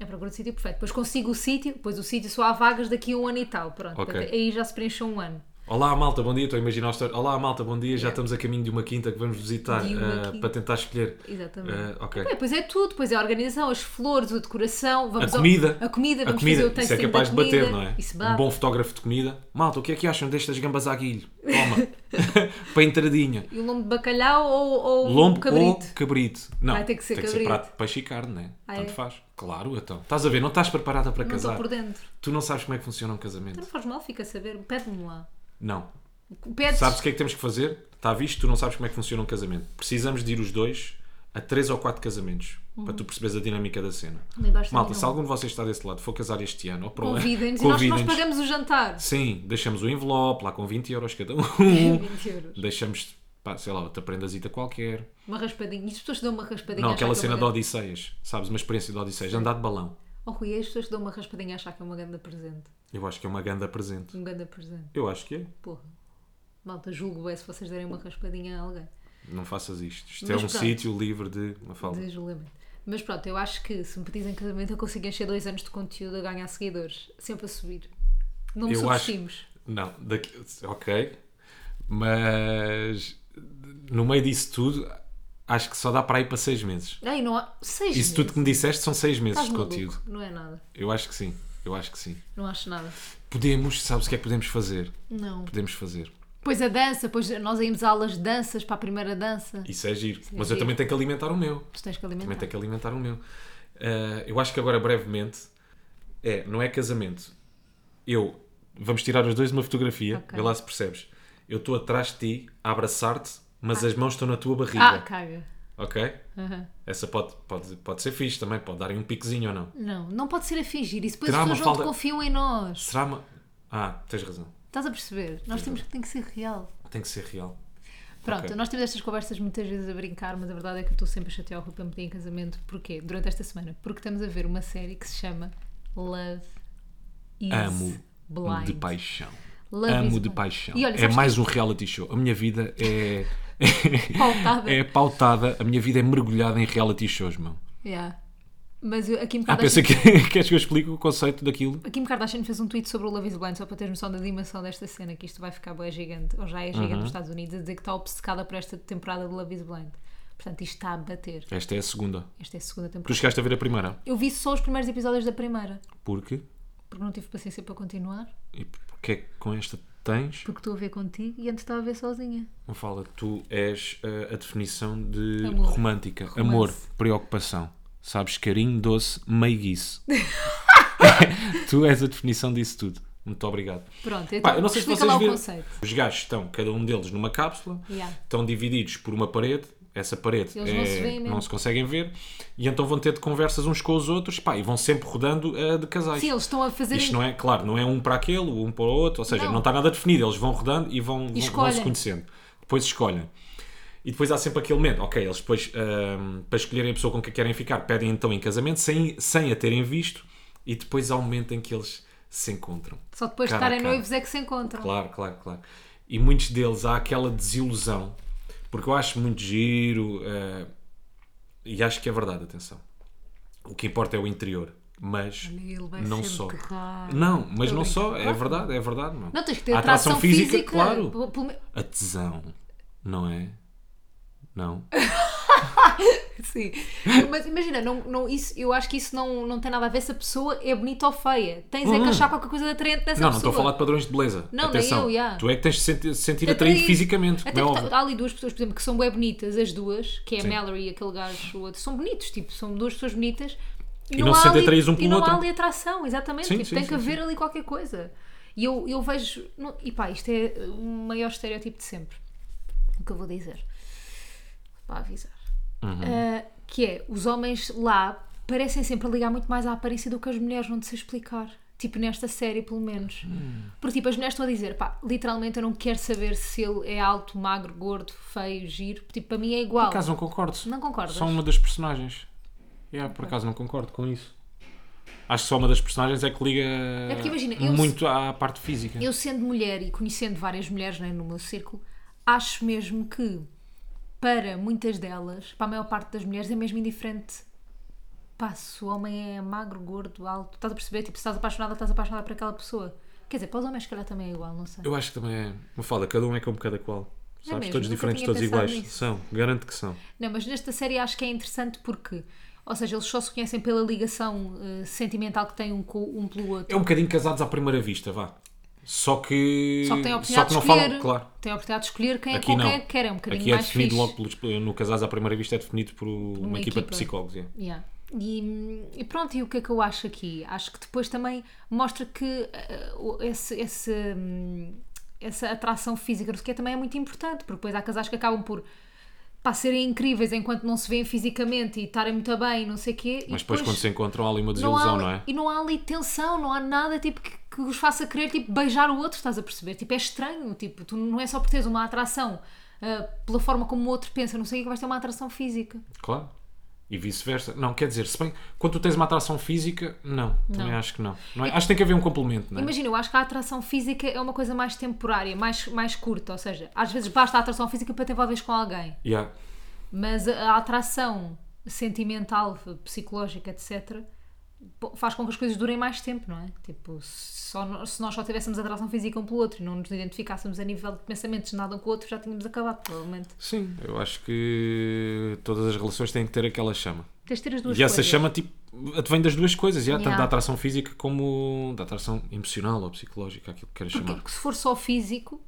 Speaker 2: À procura do sítio, perfeito. Depois consigo o sítio, depois o sítio só há vagas daqui a um ano e tal. Pronto,
Speaker 1: Ok.
Speaker 2: Portanto, aí já se preencheu um ano.
Speaker 1: Olá malta, bom dia, estou a imaginar o história. Olá malta, bom dia, já estamos a caminho de uma quinta que vamos visitar
Speaker 2: É. De uma
Speaker 1: ah,
Speaker 2: quinta.
Speaker 1: para tentar escolher.
Speaker 2: Exatamente.
Speaker 1: Ah, ok.
Speaker 2: Bem, Depois é tudo, depois é a organização, as flores, a decoração, vamos
Speaker 1: A comida.
Speaker 2: Ao, a comida,
Speaker 1: A
Speaker 2: vamos
Speaker 1: comida,
Speaker 2: fazer o
Speaker 1: isso é
Speaker 2: tasting da
Speaker 1: capaz de
Speaker 2: comida.
Speaker 1: bater, não é?
Speaker 2: Isso
Speaker 1: um
Speaker 2: bate.
Speaker 1: bom fotógrafo de comida. Malta, o que é que acham destas gambas à guilho? Toma. para a entradinha.
Speaker 2: E o lombo de bacalhau ou, ou
Speaker 1: Lombo
Speaker 2: Um cabrito?
Speaker 1: ou cabrito. Não,
Speaker 2: Vai ter que ser
Speaker 1: tem que
Speaker 2: cabrito.
Speaker 1: ser prato de peixe e carne, não é?
Speaker 2: Ah,
Speaker 1: Tanto
Speaker 2: é?
Speaker 1: faz. Claro, então. Estás a ver, não estás preparada para
Speaker 2: Não estou
Speaker 1: casar.
Speaker 2: por dentro.
Speaker 1: Tu não sabes como é que funciona um casamento.
Speaker 2: Não faz mal, fica a saber. Pede-me lá.
Speaker 1: Não.
Speaker 2: Pedes.
Speaker 1: Sabes o que é que temos que fazer? Está visto, tu não sabes como é que funciona um casamento. Precisamos de ir os dois a três ou quatro casamentos para tu perceberes a dinâmica da cena.
Speaker 2: Nem Uhum. basta
Speaker 1: Malta,
Speaker 2: nenhum.
Speaker 1: se algum de vocês está desse lado for casar este ano ou para o ano,
Speaker 2: Convidem-nos e nós, nós
Speaker 1: é né? convidem-nos.
Speaker 2: pagamos o jantar.
Speaker 1: Sim, deixamos o envelope lá com 20 euros cada um.
Speaker 2: 20 euros.
Speaker 1: deixamos, pá, sei lá, outra prendazita qualquer.
Speaker 2: Uma raspadinha. E as pessoas dão uma raspadinha
Speaker 1: não,
Speaker 2: achar
Speaker 1: aquela
Speaker 2: que é
Speaker 1: cena
Speaker 2: uma
Speaker 1: de
Speaker 2: grande-
Speaker 1: Odisseias, sabes? Uma experiência de Odisseias, andar de balão.
Speaker 2: Oh, Rui, as pessoas dão uma raspadinha a achar que é uma grande presente.
Speaker 1: Eu acho que é uma ganda presente.
Speaker 2: Um grande presente.
Speaker 1: Eu acho que é.
Speaker 2: Porra. Malta, julgo é se vocês derem uma raspadinha a alguém.
Speaker 1: Não faças isto. Isto
Speaker 2: Mas
Speaker 1: é um
Speaker 2: pronto.
Speaker 1: sítio livre de uma falda.
Speaker 2: De julgamento. Mas pronto, eu acho que se me pedissem casamento eu consigo encher dois anos de conteúdo a ganhar seguidores. Sempre a subir. Não me
Speaker 1: Eu acho-
Speaker 2: subestimos.
Speaker 1: Não, daqui... ok. Mas no meio disso tudo, acho que só dá para ir para seis meses.
Speaker 2: Ai, não há... Seis
Speaker 1: Isso tudo que me disseste são seis meses
Speaker 2: Estás
Speaker 1: de
Speaker 2: maluco.
Speaker 1: conteúdo.
Speaker 2: Não é nada.
Speaker 1: Eu acho que sim. Eu acho que sim.
Speaker 2: Não acho nada.
Speaker 1: Podemos, sabes o que é que podemos fazer?
Speaker 2: Não.
Speaker 1: Podemos fazer.
Speaker 2: Pois a dança, pois nós íamos a aulas de danças para a primeira dança.
Speaker 1: Isso é giro.
Speaker 2: é
Speaker 1: Mas eu
Speaker 2: giro.
Speaker 1: também tenho que alimentar o meu.
Speaker 2: Tu tens que
Speaker 1: Também
Speaker 2: alimentar.
Speaker 1: tenho que alimentar o meu. Ah, eu acho que agora, brevemente, é, não é casamento. Eu, vamos tirar os dois uma fotografia,
Speaker 2: Ok.
Speaker 1: vê lá se percebes. Eu estou atrás de ti, a abraçar-te, mas as mãos estão na tua
Speaker 2: Ah,
Speaker 1: barriga.
Speaker 2: caga.
Speaker 1: Ok?
Speaker 2: Aham.
Speaker 1: Essa pode, pode, pode ser fixe também, pode dar aí um piquezinho ou não.
Speaker 2: Não, não pode ser a fingir. Isso depois
Speaker 1: Terá
Speaker 2: as
Speaker 1: uma
Speaker 2: pessoas não te
Speaker 1: falda-
Speaker 2: confiam em nós.
Speaker 1: Será uma. Ah, tens razão.
Speaker 2: Estás a perceber? Nós temos que tem que ser real.
Speaker 1: Tem que ser real.
Speaker 2: Pronto,
Speaker 1: Ok.
Speaker 2: nós temos estas conversas muitas vezes a brincar, mas a verdade é que eu estou sempre a chatear o Rui para me pedir em casamento. Porquê? Durante esta semana. Porque estamos a ver uma série que se chama Love is
Speaker 1: Amo
Speaker 2: Blind.
Speaker 1: De paixão.
Speaker 2: Love is
Speaker 1: Amo de
Speaker 2: Blind.
Speaker 1: paixão.
Speaker 2: E olha,
Speaker 1: é
Speaker 2: sabes
Speaker 1: mais um reality show. A minha vida é.
Speaker 2: Pautada.
Speaker 1: é pautada, a minha vida é mergulhada em reality shows, meu.
Speaker 2: Yeah. Mas eu- aqui um me
Speaker 1: Ah, pensa que queres que eu explique o conceito daquilo?
Speaker 2: A Kim Kardashian fez um tweet sobre o Love is Blind só para teres noção da dimensão desta cena, que isto vai ficar bué gigante, ou já é gigante
Speaker 1: Uhum.
Speaker 2: nos Estados Unidos, a dizer que está obcecada por esta temporada de Love is Blind. Portanto, isto está a bater.
Speaker 1: Esta é a segunda.
Speaker 2: Esta é a segunda
Speaker 1: Tu
Speaker 2: temporada.
Speaker 1: chegaste a ver a primeira.
Speaker 2: Eu vi só os primeiros episódios da primeira,
Speaker 1: Porquê?
Speaker 2: porque não tive paciência para continuar,
Speaker 1: E porquê é que com esta tens?
Speaker 2: porque estou a ver contigo e antes estava a ver sozinha.
Speaker 1: Não fala, tu és eh, a definição de
Speaker 2: Amor.
Speaker 1: romântica.
Speaker 2: Romance.
Speaker 1: Amor, preocupação. Sabes, carinho, doce, meiguice. tu és a definição disso tudo. Muito obrigado.
Speaker 2: Pronto, então
Speaker 1: Pá, eu não sei se
Speaker 2: explica
Speaker 1: vocês
Speaker 2: lá
Speaker 1: viram.
Speaker 2: o conceito.
Speaker 1: Os gajos estão, cada um deles, numa cápsula,
Speaker 2: Yeah.
Speaker 1: estão divididos por uma parede. essa parede. é,
Speaker 2: Eles não se veem mesmo.
Speaker 1: não se conseguem ver. E então vão ter de conversas uns com os outros pá, e vão sempre rodando eh, de casais.
Speaker 2: Sim, eles estão a fazer.
Speaker 1: Isto não é, claro, não é um para aquele, um para o outro, ou seja,
Speaker 2: Não.
Speaker 1: não, está nada definido, eles vão rodando e vão, vão- vão
Speaker 2: escolhem.
Speaker 1: se conhecendo. Depois escolhem. E depois há sempre aquele momento, ok, eles depois, ahm, para escolherem a pessoa com que querem ficar, pedem então em casamento sem, sem a terem visto e depois há um momento em que eles se encontram.
Speaker 2: Só depois de
Speaker 1: Cara a
Speaker 2: estarem
Speaker 1: cara.
Speaker 2: noivos é que se encontram.
Speaker 1: Claro, claro, claro. E muitos deles há aquela desilusão, porque eu acho muito giro eh, e acho que é verdade, atenção. O que importa é o interior, mas
Speaker 2: Ele vai
Speaker 1: não
Speaker 2: sempre
Speaker 1: só.
Speaker 2: errar.
Speaker 1: Não, mas
Speaker 2: Estou
Speaker 1: não
Speaker 2: a
Speaker 1: só,
Speaker 2: brincar.
Speaker 1: é verdade, é verdade. Não.
Speaker 2: Não, tens que ter
Speaker 1: A
Speaker 2: atração, física,
Speaker 1: claro.
Speaker 2: Pelo- pelo me-
Speaker 1: A tesão, não é? Não.
Speaker 2: Sim. Mas imagina, não, não, isso, eu acho que isso não, não tem nada a ver se a pessoa é bonita ou feia. Tens é que
Speaker 1: Hum.
Speaker 2: achar qualquer coisa de atraente dessa
Speaker 1: não, não estou
Speaker 2: pessoa.
Speaker 1: a falar de padrões de beleza.
Speaker 2: Não, nem
Speaker 1: Atenção,
Speaker 2: eu, já.
Speaker 1: tu é que tens de sentir, sentir
Speaker 2: Até
Speaker 1: atraído
Speaker 2: isso.
Speaker 1: fisicamente.
Speaker 2: Até
Speaker 1: não é
Speaker 2: que
Speaker 1: óbvio.
Speaker 2: tá- há ali duas pessoas, por exemplo, que são bem bonitas, as duas, que é a
Speaker 1: Sim.
Speaker 2: Mallory e aquele gajo, o outro, são bonitos, tipo, são duas pessoas bonitas
Speaker 1: E não se sentem atraídos um
Speaker 2: e
Speaker 1: pelo
Speaker 2: não há
Speaker 1: outro.
Speaker 2: ali atração, exatamente.
Speaker 1: Sim,
Speaker 2: tipo,
Speaker 1: sim,
Speaker 2: tem que
Speaker 1: sim,
Speaker 2: haver ali qualquer coisa. E eu, eu vejo. não- e pá, isto é o maior estereótipo de sempre. O que eu vou dizer. Para avisar.
Speaker 1: Uhum.
Speaker 2: Ah, que é, os homens lá parecem sempre ligar muito mais à aparência do que as mulheres, não te sei explicar. Tipo, nesta série, pelo menos.
Speaker 1: Hum.
Speaker 2: Porque, tipo, as mulheres estão a dizer, pá, literalmente eu não quero saber se ele é alto, magro, gordo, feio, giro. Tipo, para mim é igual.
Speaker 1: Por acaso não concordo.
Speaker 2: Não concordas?
Speaker 1: Só uma das personagens. Yeah, por acaso não concordo com isso. Acho que só uma das personagens é que liga
Speaker 2: porque imagina, eu-
Speaker 1: muito à parte física.
Speaker 2: Eu sendo mulher e conhecendo várias mulheres né, no meu círculo, acho mesmo que para muitas delas, para a maior parte das mulheres, é mesmo indiferente. Pá, se o homem é magro, gordo, alto, estás a perceber? Tipo, se estás apaixonada, estás apaixonada por aquela pessoa. Quer dizer, para os homens, se calhar também é igual, não sei.
Speaker 1: Eu acho que também é. Me fala, cada um é como cada qual.
Speaker 2: É
Speaker 1: Sabes?
Speaker 2: mesmo,
Speaker 1: todos
Speaker 2: nunca
Speaker 1: diferentes,
Speaker 2: tinha
Speaker 1: todos
Speaker 2: pensado
Speaker 1: iguais.
Speaker 2: nisso.
Speaker 1: São, garanto que são.
Speaker 2: Não, mas nesta série acho que é interessante porque, ou seja, eles só se conhecem pela ligação eh, sentimental que têm um, com, um pelo outro.
Speaker 1: É um bocadinho casados à primeira vista, vá. Só que.
Speaker 2: Só que têm a oportunidade
Speaker 1: que não
Speaker 2: de escolher.
Speaker 1: falam, claro.
Speaker 2: Têm a oportunidade de escolher quem é
Speaker 1: Aqui
Speaker 2: com quem é
Speaker 1: não.
Speaker 2: que querem, um bocadinho
Speaker 1: Aqui é
Speaker 2: mais
Speaker 1: definido
Speaker 2: fixe.
Speaker 1: logo pelos, no casados à primeira vista é definido por uma, equipa, de
Speaker 2: equipa.
Speaker 1: psicólogos. é.
Speaker 2: Yeah. E, e pronto, e o que é que eu acho aqui? Acho que depois também mostra que eh, o- esse, esse, hum, essa atração física, não sei o que, também é muito importante, porque depois há casais que acabam por pá, serem incríveis enquanto não se veem fisicamente e estarem muito bem, não sei o quê. e
Speaker 1: Mas depois, quando se encontram há ali uma
Speaker 2: não há
Speaker 1: desilusão,
Speaker 2: ali-
Speaker 1: não, é?
Speaker 2: E não há ali tensão, não há nada tipo, que, que os faça querer tipo, beijar o outro, estás a perceber? Tipo, é estranho, tipo, tu não é só por teres uma atração ah, pela forma como o outro pensa, não sei o quê, que vais ter uma atração física.
Speaker 1: Claro. E vice-versa. Não, quer dizer, se bem. Quando tu tens uma atração física, não. Também acho que não. não é? Acho que tem que haver um complemento, não é?
Speaker 2: Imagina, eu acho que a atração física é uma coisa mais temporária, mais, mais curta, ou seja, às vezes basta a atração física para te envolveres com alguém,
Speaker 1: Yeah.
Speaker 2: mas a, a atração sentimental, psicológica, etc., po- faz com que as coisas durem mais tempo, não é? Tipo, se só no- se nós só tivéssemos atração física um pelo outro e não nos identificássemos a nível de pensamentos nada um com o outro, já tínhamos acabado, provavelmente.
Speaker 1: Sim, eu acho que todas as relações têm que ter aquela chama.
Speaker 2: Tens de ter as duas
Speaker 1: e
Speaker 2: coisas.
Speaker 1: essa chama, tipo, advém das duas coisas, yeah, tanto
Speaker 2: Yeah.
Speaker 1: da atração física como da atração emocional ou psicológica, aquilo que queiras
Speaker 2: Porquê?
Speaker 1: chamar.
Speaker 2: Porque é se for só físico,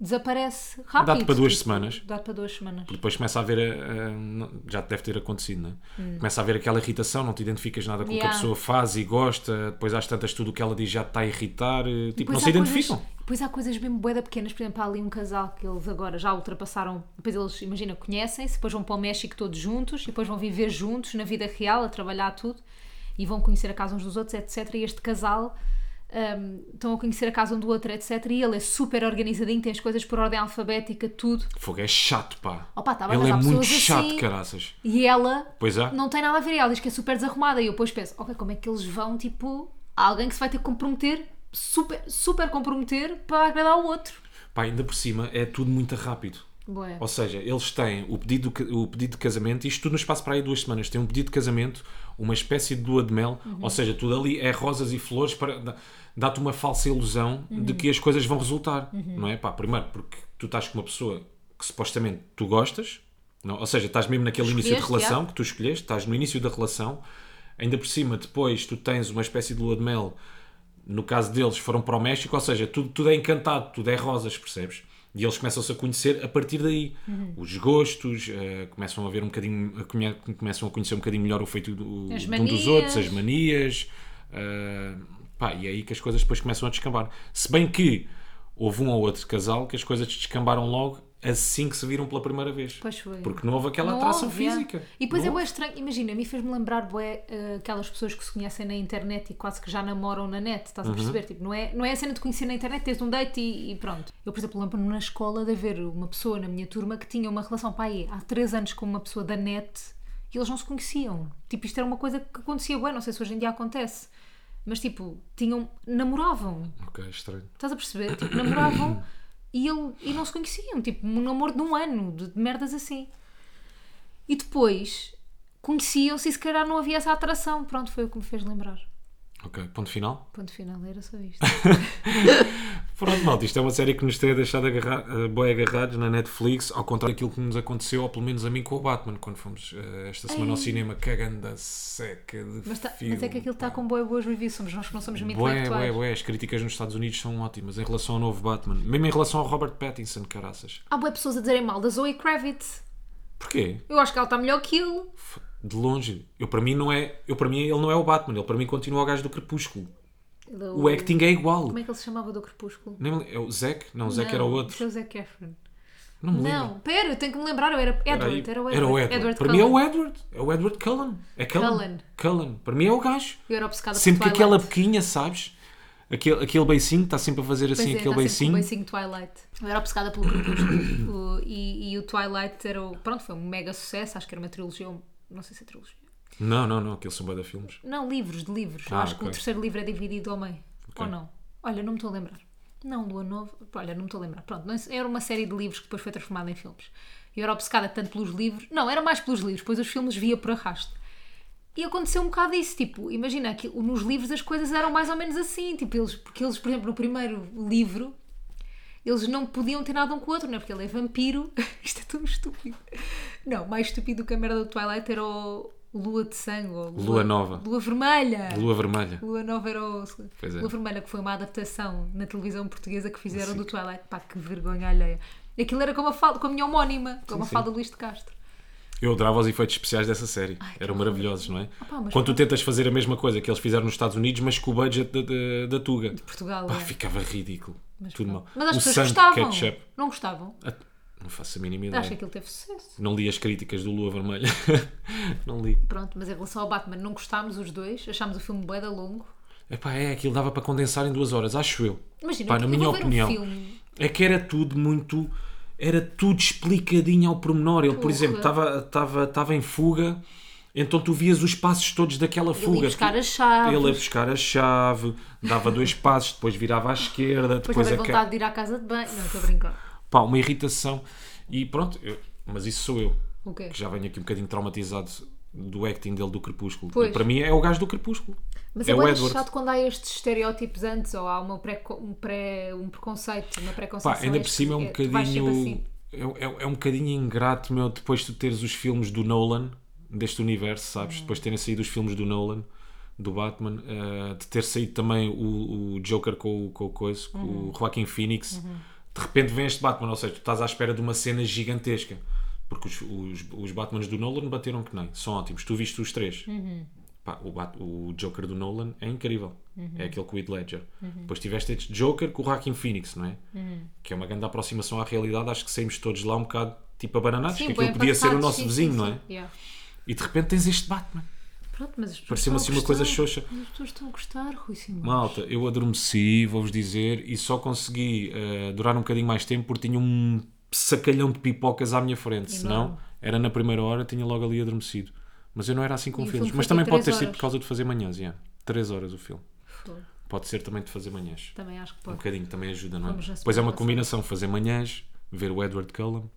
Speaker 2: desaparece rápido.
Speaker 1: Dá-te para duas
Speaker 2: tipo,
Speaker 1: semanas.
Speaker 2: Dá-te para duas semanas.
Speaker 1: Porque depois começa a haver, a- a- não- já te deve ter acontecido, né? Começa a haver aquela irritação, não te identificas nada com o que
Speaker 2: Hum. Yeah.
Speaker 1: a pessoa faz e gosta, depois às tantas tudo o que ela diz já te está a irritar, eh, tipo,
Speaker 2: Depois
Speaker 1: não se
Speaker 2: há coisas-
Speaker 1: identificam.
Speaker 2: Depois há coisas mesmo boeda pequenas, por exemplo, há ali um casal que eles agora já ultrapassaram, depois eles, imagina, conhecem-se, depois vão para o México todos juntos, e depois vão viver juntos na vida real, a trabalhar tudo, e vão conhecer a casa uns dos outros, etc. E este casal hum, estão a conhecer a casa um do outro, etc. E ele é super organizadinho, tem as coisas por ordem alfabética, tudo.
Speaker 1: Fogo, é chato, pá.
Speaker 2: Opa, tá bem,
Speaker 1: Ele
Speaker 2: mas
Speaker 1: é
Speaker 2: há
Speaker 1: muito
Speaker 2: pessoas
Speaker 1: chato,
Speaker 2: assim.
Speaker 1: caraças.
Speaker 2: E ela
Speaker 1: Pois é.
Speaker 2: não tem nada a ver, e ela diz que é super desarrumada. E eu depois penso, ok, como é que eles vão, tipo, há alguém que se vai ter que comprometer, super, super comprometer, para agradar o outro.
Speaker 1: Pá, ainda por cima é tudo muito rápido.
Speaker 2: Boa.
Speaker 1: Ou seja, eles têm o pedido, de ca- o pedido de casamento, isto tudo no espaço para aí duas semanas. Tem um pedido de casamento, uma espécie de lua de mel,
Speaker 2: Uhum.
Speaker 1: ou seja, tudo ali é rosas e flores para dá- dá-te uma falsa ilusão
Speaker 2: Uhum.
Speaker 1: de que as coisas vão resultar, não é? Pá, primeiro, porque tu estás com uma pessoa que supostamente tu gostas, não? ou seja, estás mesmo naquele início de
Speaker 2: Escolheste,
Speaker 1: relação que tu escolheste, estás no início da relação, ainda por cima, depois tu tens uma espécie de lua de mel no caso deles, foram para o México, ou seja, tudo, tudo é encantado, tudo é rosas, percebes? E eles começam-se a conhecer a partir daí.
Speaker 2: Uhum.
Speaker 1: Os gostos, eh, começam a ver um bocadinho, a conhe- começam a conhecer um bocadinho melhor o feito do,
Speaker 2: As
Speaker 1: de um
Speaker 2: manias.
Speaker 1: dos outros, as manias. eh, pá, e é aí que as coisas depois começam a descambar. Se bem que houve um ou outro casal que as coisas descambaram logo assim que se viram pela primeira vez.
Speaker 2: Pois foi.
Speaker 1: Porque não houve aquela
Speaker 2: Não
Speaker 1: atração
Speaker 2: houve, yeah.
Speaker 1: física.
Speaker 2: E depois
Speaker 1: Não
Speaker 2: é
Speaker 1: houve.
Speaker 2: bem estranho, imagina, a mim fez-me lembrar bué, eh, aquelas pessoas que se conhecem na internet e quase que já namoram na net, estás
Speaker 1: Uhum.
Speaker 2: a perceber? Tipo, não, é, não é a cena de conhecer na internet, tens um date e, e pronto. Eu, por exemplo, lembro-me na escola de haver uma pessoa na minha turma que tinha uma relação, pai, há três anos com uma pessoa da net e eles não se conheciam. Tipo, isto era uma coisa que acontecia, bué, não sei se hoje em dia acontece, mas tipo, tinham, namoravam.
Speaker 1: Ok, estranho.
Speaker 2: Estás a perceber? Tipo, namoravam e, ele, e não se conheciam. Tipo, um namoro de um ano, de, de merdas assim. E depois conheciam-se e se calhar não havia essa atração. Pronto, foi o que me fez lembrar.
Speaker 1: Ok, ponto final.
Speaker 2: Ponto final, era só isto.
Speaker 1: Pronto, malta, isto é uma série que nos tem deixado agarra eh, bué agarrados na Netflix, ao contrário daquilo que nos aconteceu, ou pelo menos a mim com o Batman, quando fomos eh, esta semana ao cinema, cagando a seca de
Speaker 2: Mas, tá- mas
Speaker 1: filme,
Speaker 2: é que aquilo está
Speaker 1: pá.
Speaker 2: com boas, boas reviews. Somos nós que não somos muito
Speaker 1: Bué, bué,
Speaker 2: intelectuais.
Speaker 1: bué. As críticas nos Estados Unidos são ótimas em relação ao novo Batman. Mesmo em relação ao Robert Pattinson, caraças.
Speaker 2: Há boas pessoas a dizerem mal da Zoe Kravitz.
Speaker 1: Porquê?
Speaker 2: Eu acho que ela está melhor que ele.
Speaker 1: F- De longe. Eu para mim não é... Eu para mim ele não é o Batman. Ele para mim continua o gajo do Crepúsculo.
Speaker 2: Ele é
Speaker 1: O acting é igual.
Speaker 2: Como é que ele se chamava do Crepúsculo?
Speaker 1: Nem me lem- É o Zack? Não, o Zack
Speaker 2: Não,
Speaker 1: era o outro.
Speaker 2: isso é o Zac Efron.
Speaker 1: Não me lembro.
Speaker 2: Não, pera, eu tenho que me lembrar. Eu era
Speaker 1: Peraí.
Speaker 2: Edward. Era o Edward. Edward
Speaker 1: Para mim é o
Speaker 2: Cullen.
Speaker 1: Edward. É o Edward Cullen. É Cullen.
Speaker 2: Cullen.
Speaker 1: Cullen. Para mim é o gajo.
Speaker 2: Eu era obcecada por
Speaker 1: Sempre com aquela
Speaker 2: Twilight.
Speaker 1: boquinha, sabes? Aquele, aquele beicinho, está sempre a fazer
Speaker 2: Pois
Speaker 1: assim,
Speaker 2: é,
Speaker 1: aquele
Speaker 2: dá sempre
Speaker 1: beicinho.
Speaker 2: um beicinho Twilight. Eu era obcecada pelo Crepúsculo. O- e, e o Twilight era o, pronto, foi um mega sucesso, acho que era uma trilogia, ou- não sei se é trilogia.
Speaker 1: Não, não, não, aquele são bué da filmes.
Speaker 2: Não, livros, de livros. Eu
Speaker 1: Ah,
Speaker 2: acho que o
Speaker 1: ok.
Speaker 2: terceiro livro é dividido ao meio.
Speaker 1: Ok.
Speaker 2: Ou não? Olha, não me estou a lembrar. Não, Lua Nova. Olha, não me estou a lembrar. Pronto, não- era uma série de livros que depois foi transformada em filmes. Eu era obcecada tanto pelos livros. Não, era mais pelos livros, pois os filmes via por arrasto. E aconteceu um bocado isso, tipo, imagina, que nos livros as coisas eram mais ou menos assim, tipo, eles, porque eles, por exemplo, no primeiro livro, eles não podiam ter nada um com o outro, não é? Porque ele é vampiro. Isto é tão estúpido. Não, mais estúpido que a merda do Twilight era o Lua de Sangue. Ou lua,
Speaker 1: Lua Nova.
Speaker 2: Lua Vermelha. Lua,
Speaker 1: Lua Vermelha.
Speaker 2: Nova era o...
Speaker 1: Pois é.
Speaker 2: Lua Vermelha, que foi uma adaptação na televisão portuguesa que fizeram do Twilight. Pá, que vergonha alheia. Aquilo era com a, fal... com a minha homónima, com a
Speaker 1: sim.
Speaker 2: Mafalda Luís de Castro.
Speaker 1: Eu adorava os efeitos especiais dessa série.
Speaker 2: que
Speaker 1: Eram
Speaker 2: horror.
Speaker 1: maravilhosos, não é?
Speaker 2: pá, mas-
Speaker 1: Quando tu tentas fazer a mesma coisa que eles fizeram nos Estados Unidos, mas com o budget da, da, da Tuga.
Speaker 2: Portugal,
Speaker 1: Pá,
Speaker 2: é.
Speaker 1: ficava ridículo.
Speaker 2: Mas,
Speaker 1: Tudo mal.
Speaker 2: pronto. Mas as
Speaker 1: o
Speaker 2: pessoas
Speaker 1: sangue,
Speaker 2: gostavam.
Speaker 1: ketchup. É.
Speaker 2: Não gostavam.
Speaker 1: Ah, Não faço a mínima
Speaker 2: Acho que
Speaker 1: ideia.
Speaker 2: aquilo teve sucesso.
Speaker 1: Não li as críticas do Lua Vermelha. não li.
Speaker 2: Pronto, mas em relação ao Batman, não gostámos os dois. Achámos o filme bué da longo.
Speaker 1: Epá, é, aquilo dava para condensar em duas horas, acho eu.
Speaker 2: Imagina,
Speaker 1: Pá,
Speaker 2: eu
Speaker 1: na
Speaker 2: vou
Speaker 1: minha
Speaker 2: ver um
Speaker 1: opinião.
Speaker 2: filme.
Speaker 1: É que era tudo muito. Era tudo explicadinho ao pormenor. Ele, por
Speaker 2: Porra.
Speaker 1: exemplo, estava tava, tava em fuga, então tu vias os passos todos daquela
Speaker 2: Ele
Speaker 1: fuga.
Speaker 2: ia buscar
Speaker 1: Tu-
Speaker 2: a chave.
Speaker 1: Ele é a buscar a chave, dava dois passos, depois virava à esquerda,
Speaker 2: Depois
Speaker 1: depois
Speaker 2: tiver
Speaker 1: a
Speaker 2: vontade de ir à casa de banho. Não, estou a brincar.
Speaker 1: Pá, uma irritação. E pronto, eu- mas isso sou eu,
Speaker 2: O quê?
Speaker 1: que já venho aqui um bocadinho traumatizado do acting dele do Crepúsculo.
Speaker 2: Pois.
Speaker 1: E para mim é o gajo do Crepúsculo.
Speaker 2: Mas
Speaker 1: é
Speaker 2: é
Speaker 1: o
Speaker 2: bem
Speaker 1: Edward.
Speaker 2: chato quando há estes estereótipos antes ou há uma pré, um, pré, um preconceito, uma
Speaker 1: Pá,
Speaker 2: preconceito.
Speaker 1: ainda por cima é um bocadinho.
Speaker 2: assim.
Speaker 1: É, é- é um bocadinho ingrato, meu, depois de tu teres os filmes do Nolan, deste universo, sabes? Depois de terem saído os filmes do Nolan, do Batman, eh, de ter saído também o, o Joker com, o- com o coisa, com o Joaquin Phoenix. De repente vem este Batman, ou seja, tu estás à espera de uma cena gigantesca. Porque os, os, os Batmans do Nolan bateram que nem, são ótimos. Tu viste os três. Pá, o, Bat- o Joker do Nolan é incrível.
Speaker 2: Uhum.
Speaker 1: É aquele com o Heath Ledger. Depois tiveste este Joker com o Joaquin Phoenix, não é?
Speaker 2: Uhum.
Speaker 1: Que é uma grande aproximação à realidade. Acho que saímos todos lá um bocado tipo abananados, que aquilo podia ser o nosso vizinho, não é? E de repente tens este Batman.
Speaker 2: Pronto, mas as pessoas
Speaker 1: Parecia-me assim
Speaker 2: estão a
Speaker 1: uma coisa
Speaker 2: gostar.
Speaker 1: xoxa.
Speaker 2: As pessoas estão a gostar, Rui Simão.
Speaker 1: Malta, eu adormeci, vou-vos dizer, e só consegui eh, durar um bocadinho mais tempo porque tinha um sacalhão de pipocas à minha frente. Senão, era na primeira hora, tinha logo ali adormecido. Mas eu não era assim com
Speaker 2: E o
Speaker 1: filmes.
Speaker 2: filme
Speaker 1: Mas
Speaker 2: foi
Speaker 1: também pode
Speaker 2: três
Speaker 1: ter sido
Speaker 2: horas.
Speaker 1: por causa de fazer manhãs, yeah. 3 horas o filme.
Speaker 2: Fogo.
Speaker 1: Pode ser também de fazer manhãs.
Speaker 2: Também acho que
Speaker 1: Um
Speaker 2: pode.
Speaker 1: bocadinho também ajuda, não é?
Speaker 2: Vamos na
Speaker 1: Pois é uma
Speaker 2: segunda
Speaker 1: combinação, fazer manhãs, ver o Edward Cullen,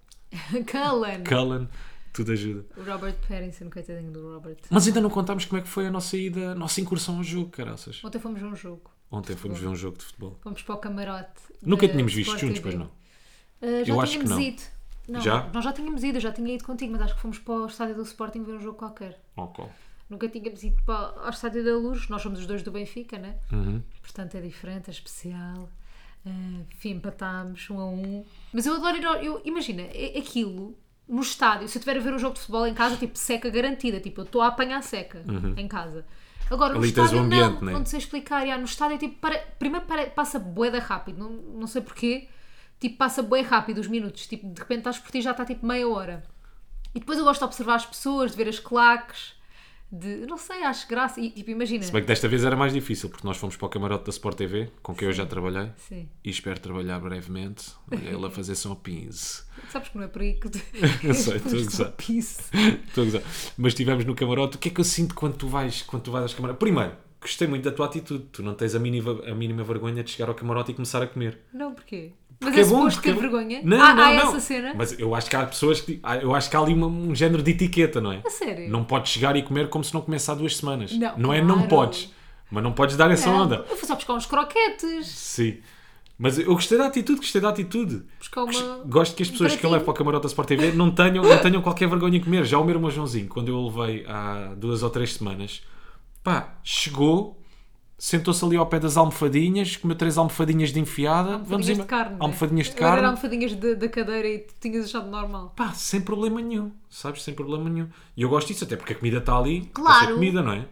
Speaker 2: Cullen.
Speaker 1: Cullen, tudo ajuda.
Speaker 2: O Robert Pattinson, coitadinho do Robert.
Speaker 1: Mas ainda não contámos como é que foi a nossa ida, a nossa incursão ao jogo, caraças.
Speaker 2: Ontem fomos a um jogo.
Speaker 1: Ontem fomos ver um jogo de futebol.
Speaker 2: Fomos para o camarote.
Speaker 1: Nunca
Speaker 2: da
Speaker 1: tínhamos visto
Speaker 2: Sport
Speaker 1: juntos,
Speaker 2: TV.
Speaker 1: pois não.
Speaker 2: Uh, já
Speaker 1: Eu acho
Speaker 2: tínhamos
Speaker 1: que não.
Speaker 2: ido. Não,
Speaker 1: Já?
Speaker 2: Nós já tínhamos ido, eu já tinha ido contigo, mas acho que fomos para o estádio do Sporting ver um jogo qualquer.
Speaker 1: Ok.
Speaker 2: Nunca tínhamos ido para, ao estádio da Luz, nós somos os dois do Benfica, né?
Speaker 1: Uhum.
Speaker 2: Portanto é diferente, é especial. Uh, enfim, empatámos um a um. Mas eu adoro ir ao, eu, Imagina, é- aquilo no estádio, se eu estiver a ver um jogo de futebol em casa, tipo, seca garantida, tipo, eu estou a apanhar seca em casa. Agora, no
Speaker 1: Uhum. Ali tens
Speaker 2: estádio
Speaker 1: o
Speaker 2: não,
Speaker 1: ambiente, né?
Speaker 2: não te sei explicar. já, no estádio, tipo, para, primeiro para- passa boeda rápido, não, não sei porquê. tipo, passa bem rápido os minutos. Tipo, de repente estás por ti e já está tipo meia hora. E depois eu gosto de observar as pessoas, de ver as claques, de. Não sei, acho graça. E tipo, imagina.
Speaker 1: Se bem que desta vez era mais difícil, porque nós fomos para o camarote da Sport TV, com quem eu já trabalhei,
Speaker 2: Sim.
Speaker 1: e espero trabalhar brevemente. Olha, ele a fazer só 15.
Speaker 2: Sabes que não é por aí que tu.
Speaker 1: Eu sei, estou a
Speaker 2: Depois
Speaker 1: gozar.
Speaker 2: do piso.
Speaker 1: Estou a gozar. Mas estivemos no camarote. O que é que eu sinto quando tu vais, quando tu vais às camarotes? Primeiro, gostei muito da tua atitude. Tu não tens a mínima, a mínima vergonha de chegar ao camarote e começar a comer.
Speaker 2: Não, porquê? Mas
Speaker 1: Porque
Speaker 2: é,
Speaker 1: bom,
Speaker 2: suposto
Speaker 1: porque
Speaker 2: ter
Speaker 1: é bom.
Speaker 2: vergonha?
Speaker 1: Não,
Speaker 2: há,
Speaker 1: não,
Speaker 2: há
Speaker 1: não.
Speaker 2: essa cena?
Speaker 1: Mas eu acho que há pessoas que. há- Eu acho que há ali uma- um género de etiqueta, não é?
Speaker 2: A sério?
Speaker 1: Não podes chegar e comer como se não comesse há duas semanas.
Speaker 2: Não,
Speaker 1: é não
Speaker 2: claro.
Speaker 1: podes. Mas não podes dar essa
Speaker 2: Não,
Speaker 1: onda.
Speaker 2: É. Eu fui só buscar uns croquetes,
Speaker 1: Sim. Mas eu gostei da atitude, gostei da atitude.
Speaker 2: buscar uma.
Speaker 1: Gosto que as pessoas que eu
Speaker 2: pratinho.
Speaker 1: levo para o camarote da Sport TV não tenham, não tenham qualquer vergonha em comer. Já o meu irmão Joãozinho, quando eu o levei há duas ou três semanas, pá, chegou, sentou-se ali ao pé das almofadinhas, comeu três almofadinhas de enfiada. vamos
Speaker 2: Almofadinhas
Speaker 1: em-
Speaker 2: de carne. né?
Speaker 1: Almofadinhas de
Speaker 2: Eu era
Speaker 1: carne.
Speaker 2: almofadinhas de- da cadeira e tu tinhas achado normal.
Speaker 1: Pá, sem problema nenhum, sabes? Sem problema nenhum. E eu gosto disso, até porque a comida está ali. para
Speaker 2: Claro.
Speaker 1: ser comida, não é?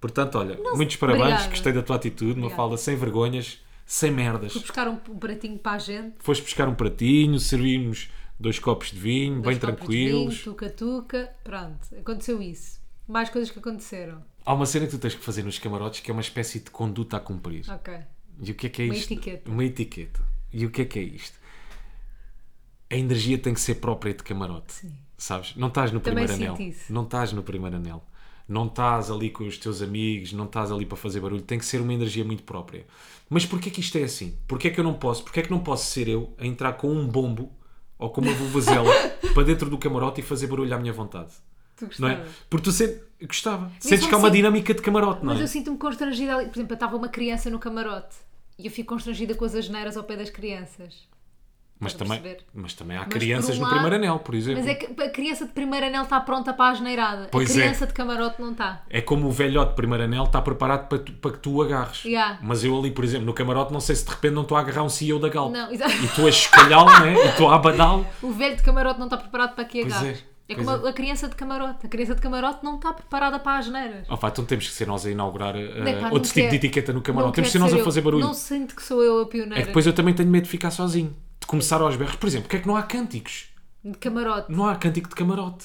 Speaker 1: Portanto, olha, muitos parabéns,
Speaker 2: Obrigada.
Speaker 1: gostei da tua atitude, uma fala sem vergonhas, sem merdas.
Speaker 2: Fui buscar um, um pratinho para a gente.
Speaker 1: Foste buscar um pratinho, servimos dois copos de vinho, bem
Speaker 2: dois copos de
Speaker 1: tranquilos.
Speaker 2: vinho, Tuca-tuca. Pronto, aconteceu isso. Mais coisas que aconteceram.
Speaker 1: Há uma cena que tu tens que fazer nos camarotes que é uma espécie de conduta a cumprir.
Speaker 2: Ok.
Speaker 1: E o que é que é
Speaker 2: Uma
Speaker 1: isto?
Speaker 2: etiqueta.
Speaker 1: Uma etiqueta. E o que é que é isto? A energia tem que ser própria de camarote.
Speaker 2: Sim.
Speaker 1: Sabes? Não estás no
Speaker 2: Também
Speaker 1: primeiro
Speaker 2: sinto
Speaker 1: anel.
Speaker 2: isso.
Speaker 1: Não estás no primeiro anel. Não estás ali com os teus amigos, não estás ali para fazer barulho. Tem que ser uma energia muito própria. Mas porquê que isto é assim? Porquê que eu não posso? Porquê que não posso ser eu a entrar com um bombo ou com uma vuvuzela para dentro do camarote e fazer barulho à minha vontade?
Speaker 2: Tu
Speaker 1: Não
Speaker 2: gostavas.
Speaker 1: é? Porque tu sentes... Gostava. Sentes que há
Speaker 2: eu
Speaker 1: uma
Speaker 2: sinto-
Speaker 1: dinâmica de camarote, não é?
Speaker 2: assim, Mas eu sinto-me constrangida ali. Por exemplo, eu estava uma criança no camarote e eu fico constrangida com as asneiras ao pé das crianças.
Speaker 1: Mas
Speaker 2: Estás a
Speaker 1: também,
Speaker 2: perceber?
Speaker 1: mas também há
Speaker 2: Mas
Speaker 1: crianças
Speaker 2: por um
Speaker 1: no
Speaker 2: lado-
Speaker 1: primeiro anel, por exemplo.
Speaker 2: Mas é
Speaker 1: É...
Speaker 2: que a criança de primeiro anel está pronta para a asneirada.
Speaker 1: Pois
Speaker 2: a
Speaker 1: é.
Speaker 2: criança de camarote não está.
Speaker 1: como o velhote de primeiro anel está preparado para, tu- para que tu o agarres.
Speaker 2: Yeah.
Speaker 1: Mas eu ali, por exemplo, no camarote, não sei se de repente não estou a agarrar um CEO da Galp.
Speaker 2: Não, exato.
Speaker 1: E estou a escolhá-lo, né? E estou a abaná-lo.
Speaker 2: O velho de camarote não está preparado para que
Speaker 1: Pois
Speaker 2: agarres.
Speaker 1: é,
Speaker 2: É,
Speaker 1: pois
Speaker 2: como
Speaker 1: é.
Speaker 2: a, a criança de camarote. A criança de camarote não está preparada para as neiras.
Speaker 1: Oh, pá, então temos que ser nós a inaugurar uh,
Speaker 2: Epá, não
Speaker 1: outro tipo
Speaker 2: quero-
Speaker 1: de etiqueta no
Speaker 2: não
Speaker 1: camarote. Temos que ser
Speaker 2: quero
Speaker 1: nós
Speaker 2: ser
Speaker 1: a
Speaker 2: eu.
Speaker 1: fazer barulho.
Speaker 2: Não sinto que sou eu a pioneira
Speaker 1: É que depois eu também tenho medo de ficar sozinho. De começar aos berros. Por exemplo, porque é que não há cânticos?
Speaker 2: de camarote.
Speaker 1: Não há cântico de camarote.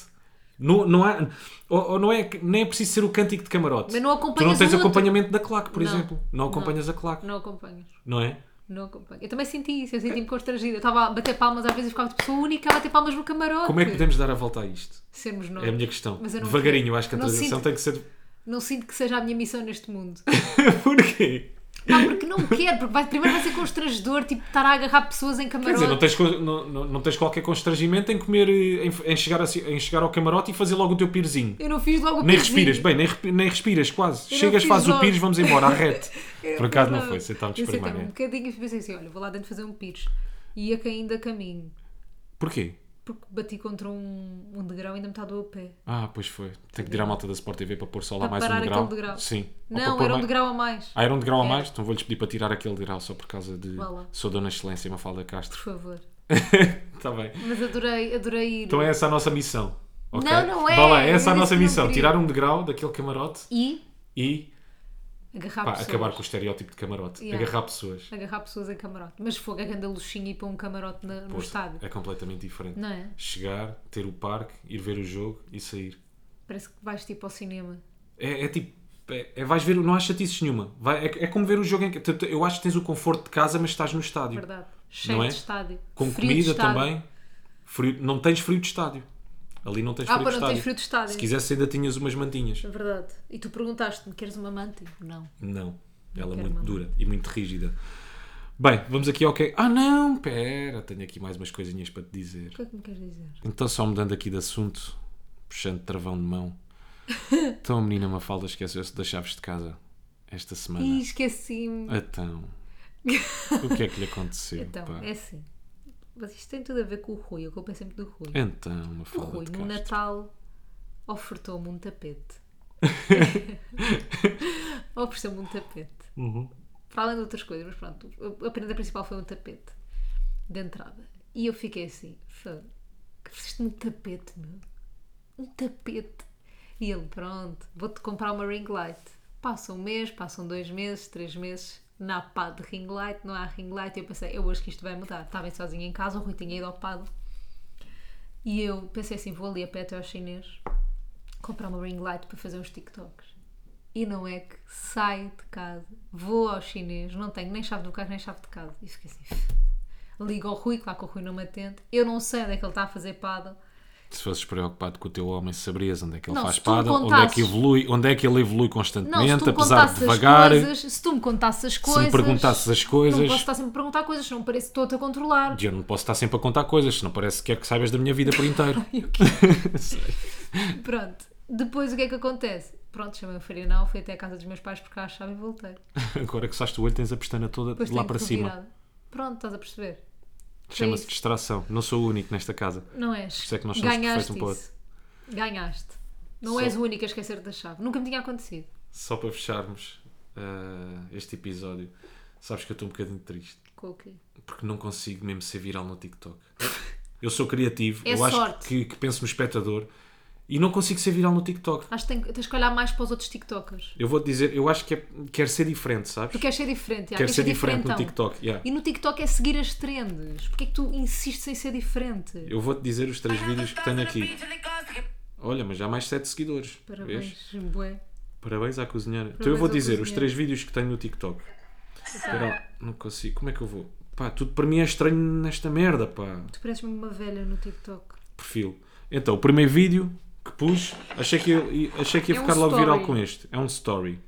Speaker 1: Não, não há, ou, ou não é, nem é preciso ser o cântico de camarote.
Speaker 2: Mas não
Speaker 1: tu não
Speaker 2: acompanhas
Speaker 1: tens
Speaker 2: o outro.
Speaker 1: acompanhamento da claque, por
Speaker 2: Não.
Speaker 1: exemplo. Não acompanhas a claque,
Speaker 2: Não acompanhas.
Speaker 1: não é?
Speaker 2: Não acompanho. Eu também senti isso, eu senti-me constrangida. Eu estava a bater palmas, às vezes eu ficava tipo, sou a única a bater palmas no camarote.
Speaker 1: Como é que podemos dar a volta a isto?
Speaker 2: Sermos nós.
Speaker 1: É a minha questão.
Speaker 2: Mas eu não
Speaker 1: Devagarinho,
Speaker 2: quero.
Speaker 1: eu acho que a
Speaker 2: Não
Speaker 1: transição
Speaker 2: sinto-
Speaker 1: tem que ser.
Speaker 2: Não sinto que seja a minha missão neste mundo.
Speaker 1: Porquê?
Speaker 2: Não, porque não quero, porque vai- primeiro vai ser constrangedor, tipo, estar a agarrar pessoas em
Speaker 1: Quer
Speaker 2: camarote.
Speaker 1: dizer, não tens, co- não, não, não tens qualquer constrangimento em comer, eh, em, em chegar assim- em chegar ao camarote e fazer logo o teu pirzinho.
Speaker 2: Eu não fiz logo o
Speaker 1: Nem
Speaker 2: pezinho.
Speaker 1: respiras, bem, nem, repi- nem respiras quase.
Speaker 2: não
Speaker 1: Chegas,
Speaker 2: fiz
Speaker 1: fazes o
Speaker 2: logo.
Speaker 1: pires, vamos embora, arrete.
Speaker 2: É
Speaker 1: Por acaso não foi,
Speaker 2: verdade.
Speaker 1: sentámos
Speaker 2: Eu
Speaker 1: primeiro.
Speaker 2: sentei-me um
Speaker 1: é.
Speaker 2: bocadinho e pensei assim, olha, vou lá dentro fazer um pires. E ia caindo a caminho.
Speaker 1: Porquê?
Speaker 2: Porque bati contra um, um degrau e ainda me está a doer o pé.
Speaker 1: Ah, pois foi. Tem que tirar a malta da Sport TV para pôr só lá
Speaker 2: Para
Speaker 1: mais um
Speaker 2: parar aquele
Speaker 1: degrau.
Speaker 2: degrau.
Speaker 1: Sim. Ou para
Speaker 2: Não,
Speaker 1: pôr
Speaker 2: era um
Speaker 1: mais-
Speaker 2: degrau a mais.
Speaker 1: Ah, era um degrau a
Speaker 2: Era.
Speaker 1: mais? Então vou-lhes pedir para tirar aquele degrau só por causa de.
Speaker 2: Vá lá.
Speaker 1: Sou Dona Excelência, Mafalda
Speaker 2: Por
Speaker 1: Castro.
Speaker 2: favor.
Speaker 1: Está bem.
Speaker 2: Mas adorei, adorei ir.
Speaker 1: Então é essa a nossa missão. ok?
Speaker 2: Não, não é.
Speaker 1: Vá lá, essa é a
Speaker 2: Eu
Speaker 1: nossa
Speaker 2: disse que não
Speaker 1: missão.
Speaker 2: queria.
Speaker 1: Tirar um degrau daquele camarote
Speaker 2: E
Speaker 1: e
Speaker 2: agarrar
Speaker 1: pá,
Speaker 2: pessoas.
Speaker 1: acabar com o estereótipo de camarote.
Speaker 2: Yeah. É
Speaker 1: Agarrar pessoas.
Speaker 2: Agarrar pessoas em camarote. Mas fogo, a grande luxinha e ir para um camarote na- no
Speaker 1: Poxa,
Speaker 2: estádio.
Speaker 1: é completamente diferente.
Speaker 2: Não é?
Speaker 1: Chegar, ter o parque, ir ver o jogo e sair.
Speaker 2: Parece que vais tipo ao cinema.
Speaker 1: É, é tipo. É, é- vais ver, não há chatices nenhuma. Vai- é, é como ver o jogo em que. tu- tu- Eu acho que tens o conforto de casa, mas estás no estádio.
Speaker 2: Verdade. Cheio
Speaker 1: Não é?
Speaker 2: de estádio.
Speaker 1: Com
Speaker 2: Frio de
Speaker 1: comida
Speaker 2: estádio. Ah,
Speaker 1: também. Frio- não tens frio de estádio. Ali não tens
Speaker 2: Ah,
Speaker 1: frio de
Speaker 2: pá, não
Speaker 1: estádio.
Speaker 2: tens frio de estádio.
Speaker 1: Se quisesse, ainda tinhas umas mantinhas.
Speaker 2: É Verdade. E tu perguntaste-me, queres uma manta? Eu, Não.
Speaker 1: Não. Ela é
Speaker 2: quero
Speaker 1: muito
Speaker 2: mamar.
Speaker 1: dura e muito rígida. Bem, vamos aqui ao que Ah, não, pera, tenho aqui mais umas coisinhas para te dizer.
Speaker 2: O que é que me queres dizer?
Speaker 1: Então, só mudando aqui de assunto, puxando travão de mão. Então, a menina Mafalda esqueceu-se das chaves de casa esta semana.
Speaker 2: Ih, esqueci-me.
Speaker 1: Então, o que é que lhe aconteceu?
Speaker 2: Então,
Speaker 1: pá?
Speaker 2: é assim. Mas isto tem tudo a ver com o Rui. Eu culpa é sempre do Rui.
Speaker 1: Então,
Speaker 2: O
Speaker 1: Mafalda.
Speaker 2: Rui,
Speaker 1: de
Speaker 2: no
Speaker 1: Castro.
Speaker 2: Natal, ofertou-me um tapete. Ofereceu-me um tapete. Para além de outras coisas, mas pronto, a- a prenda principal foi um tapete de entrada. E eu fiquei assim: "Fogo, que fizeste um tapete, meu? Um tapete. E ele, pronto, vou-te comprar uma ring light. Passa um mês, passam dois meses, três meses, na pad de ring light, não há ring light. E eu pensei, eu hoje que isto vai mudar. Estava sozinha em casa, o Rui tinha ido ao pad. E eu pensei assim, vou ali a pé até ao chinês comprar uma ring light para fazer uns TikToks. E não é que saio de casa, vou ao chinês, não tenho nem chave do carro nem chave de casa. E fiquei assim, ligo ao Rui, claro que o Rui não me atende. Eu não sei onde é que ele está a fazer paddle.
Speaker 1: Se fosses preocupado com o teu homem, saberias onde é que ele
Speaker 2: Não,
Speaker 1: faz
Speaker 2: se tu me
Speaker 1: pada, onde é
Speaker 2: contasses-
Speaker 1: que evolui, onde é que ele evolui
Speaker 2: Não, se
Speaker 1: constantemente,
Speaker 2: tu
Speaker 1: apesar
Speaker 2: me
Speaker 1: de
Speaker 2: contasses
Speaker 1: devagar.
Speaker 2: as coisas, se tu me contasses as coisas,
Speaker 1: perguntasses as coisas-
Speaker 2: não posso estar sempre a perguntar coisas, não parece que estou-te a controlar.
Speaker 1: Eu não posso estar sempre a contar coisas, senão parece que quer que saibas da minha vida por inteiro.
Speaker 2: Pronto, depois o que é que acontece? Pronto, chamei o Farinal, fui até a casa dos meus pais porque achava e voltei.
Speaker 1: Agora que saste o olho, tens a pestana toda
Speaker 2: Depois
Speaker 1: lá
Speaker 2: tenho
Speaker 1: para
Speaker 2: tudo
Speaker 1: cima.
Speaker 2: virado. Pronto, estás a perceber?
Speaker 1: Chama-se
Speaker 2: isso.
Speaker 1: distração. Não sou o único nesta casa.
Speaker 2: Não és.
Speaker 1: isso é que nós somos
Speaker 2: Ganhaste
Speaker 1: perfeitos um para o
Speaker 2: isso. Ganhaste. Não
Speaker 1: Só-
Speaker 2: és o único a esquecer da chave. Nunca me tinha acontecido.
Speaker 1: Só para fecharmos ah, este episódio, sabes que eu estou um bocadinho triste
Speaker 2: Com o quê?
Speaker 1: porque não consigo mesmo ser viral no TikTok. Eu sou criativo,
Speaker 2: É
Speaker 1: eu acho
Speaker 2: sorte.
Speaker 1: que, que penso no espectador e não consigo ser viral no TikTok.
Speaker 2: Acho que tenho- tens que olhar mais para os outros TikTokers.
Speaker 1: Eu vou te dizer, eu acho que é, quero ser diferente, sabes?
Speaker 2: Tu queres ser é diferente. então. já.
Speaker 1: Quero
Speaker 2: Queres
Speaker 1: ser diferente no
Speaker 2: diferentão.
Speaker 1: TikTok. yeah.
Speaker 2: E no TikTok é seguir as trendes. Porquê é que tu insistes em ser diferente?
Speaker 1: Eu vou te dizer os três vídeos que tenho aqui.
Speaker 4: aqui.
Speaker 1: Olha, mas já há mais sete seguidores. Vês?
Speaker 2: Parabéns, bué.
Speaker 1: Parabéns à cozinheira. então eu vou
Speaker 2: à
Speaker 1: dizer os
Speaker 2: cozinheira.
Speaker 1: três vídeos que tenho no TikTok. Espera, lá, não consigo. Como é que eu vou? Pá, tudo para mim é estranho nesta merda, pá.
Speaker 2: Tu pareces mesmo uma velha no TikTok.
Speaker 1: Perfil. Então, o primeiro vídeo que pus, achei que, eu, achei que ia
Speaker 2: É um
Speaker 1: ficar logo
Speaker 2: story.
Speaker 1: viral com este. É um story.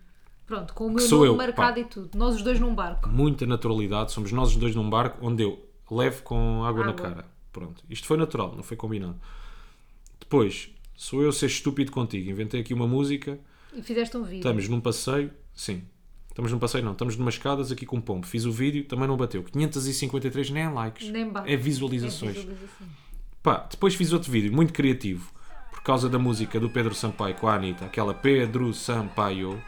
Speaker 2: Pronto, com o meu
Speaker 1: sou
Speaker 2: nome
Speaker 1: eu,
Speaker 2: marcado
Speaker 1: pá.
Speaker 2: e tudo. Nós os dois num barco.
Speaker 1: Muita naturalidade. Somos nós os dois num barco onde eu levo com água, na
Speaker 2: Água.
Speaker 1: cara. Pronto. Isto foi natural, não foi combinado. Depois, sou eu ser estúpido contigo. Inventei aqui uma música.
Speaker 2: E fizeste um vídeo.
Speaker 1: Estamos num passeio, sim. Estamos num passeio, não. Estamos numas escadas aqui com um pombo. Fiz o vídeo, também não bateu. 553 nem é likes.
Speaker 2: Nem bate.
Speaker 1: É visualizações.
Speaker 2: É visualização.
Speaker 1: Pá, depois fiz outro vídeo, muito criativo. Por causa da música do Pedro Sampaio com a Anitta. Aquela Pedro Sampaio.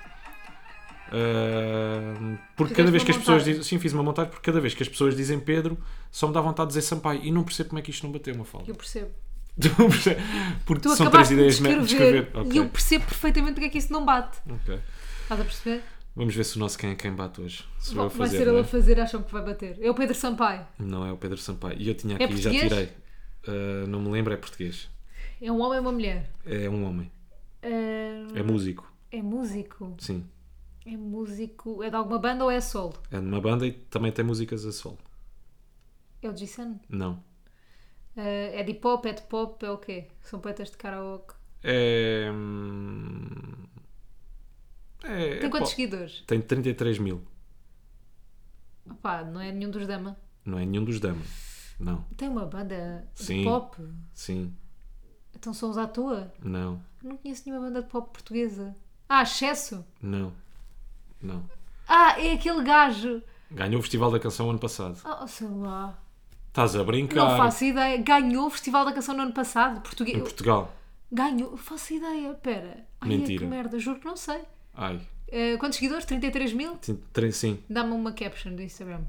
Speaker 1: Ah, porque
Speaker 2: Fizeste
Speaker 1: cada vez
Speaker 2: uma
Speaker 1: que as pessoas
Speaker 2: montagem.
Speaker 1: dizem. Sim, fiz uma montagem porque cada vez que as pessoas dizem Pedro, só me dá vontade de dizer Sampaio. E não percebo como é que isto não bateu uma falta.
Speaker 2: Eu percebo.
Speaker 1: Tu percebes? porque
Speaker 2: Tu
Speaker 1: são três
Speaker 2: acabaste de
Speaker 1: ideias me-
Speaker 2: descrever,
Speaker 1: Ok,
Speaker 2: e eu percebo perfeitamente porque é que isso não bate.
Speaker 1: ok.
Speaker 2: Estás a perceber?
Speaker 1: Vamos ver se o nosso quem é quem bate hoje. Sou eu
Speaker 2: Vai
Speaker 1: a fazer,
Speaker 2: ser
Speaker 1: não
Speaker 2: ele
Speaker 1: é?
Speaker 2: a fazer, acham que vai bater. É o Pedro Sampaio.
Speaker 1: Não é o Pedro Sampaio. E eu tinha
Speaker 2: É
Speaker 1: aqui, já
Speaker 2: português?
Speaker 1: tirei. Ah, não me lembro, é português.
Speaker 2: É um homem e uma mulher.
Speaker 1: É um homem.
Speaker 2: Ah,
Speaker 1: É músico.
Speaker 2: é músico.
Speaker 1: Sim.
Speaker 2: É músico. É de alguma banda ou é solo?
Speaker 1: É numa banda e também tem músicas a solo.
Speaker 2: É o G-Sun?
Speaker 1: Não.
Speaker 2: Ah, é de hip hop, é de pop, é o quê? São poetas de karaoke.
Speaker 1: É. hum, é-
Speaker 2: Tem
Speaker 1: é pop.
Speaker 2: quantos seguidores?
Speaker 1: Tem 33 mil.
Speaker 2: Opá, não é nenhum dos Dama.
Speaker 1: Não é nenhum dos dama. Não.
Speaker 2: Tem uma banda
Speaker 1: Sim.
Speaker 2: de pop?
Speaker 1: Sim.
Speaker 2: Então são os à toa?
Speaker 1: Não.
Speaker 2: Não conheço nenhuma banda de pop portuguesa. Ah, excesso?
Speaker 1: Não. Não.
Speaker 2: Ah, é aquele gajo.
Speaker 1: Ganhou o Festival da Canção ano passado.
Speaker 2: Oh, sei lá.
Speaker 1: Estás a brincar.
Speaker 2: Não faço ideia. Ganhou o Festival da Canção no ano passado. Português.
Speaker 1: Em Portugal.
Speaker 2: Ganhou. Faço ideia. Pera. Ai, é
Speaker 1: Mentira.
Speaker 2: que merda. Juro que não sei.
Speaker 1: Ai.
Speaker 2: Eh, quantos seguidores? 33 mil?
Speaker 1: Sim, tre- Sim.
Speaker 2: Dá-me uma caption do Instagram.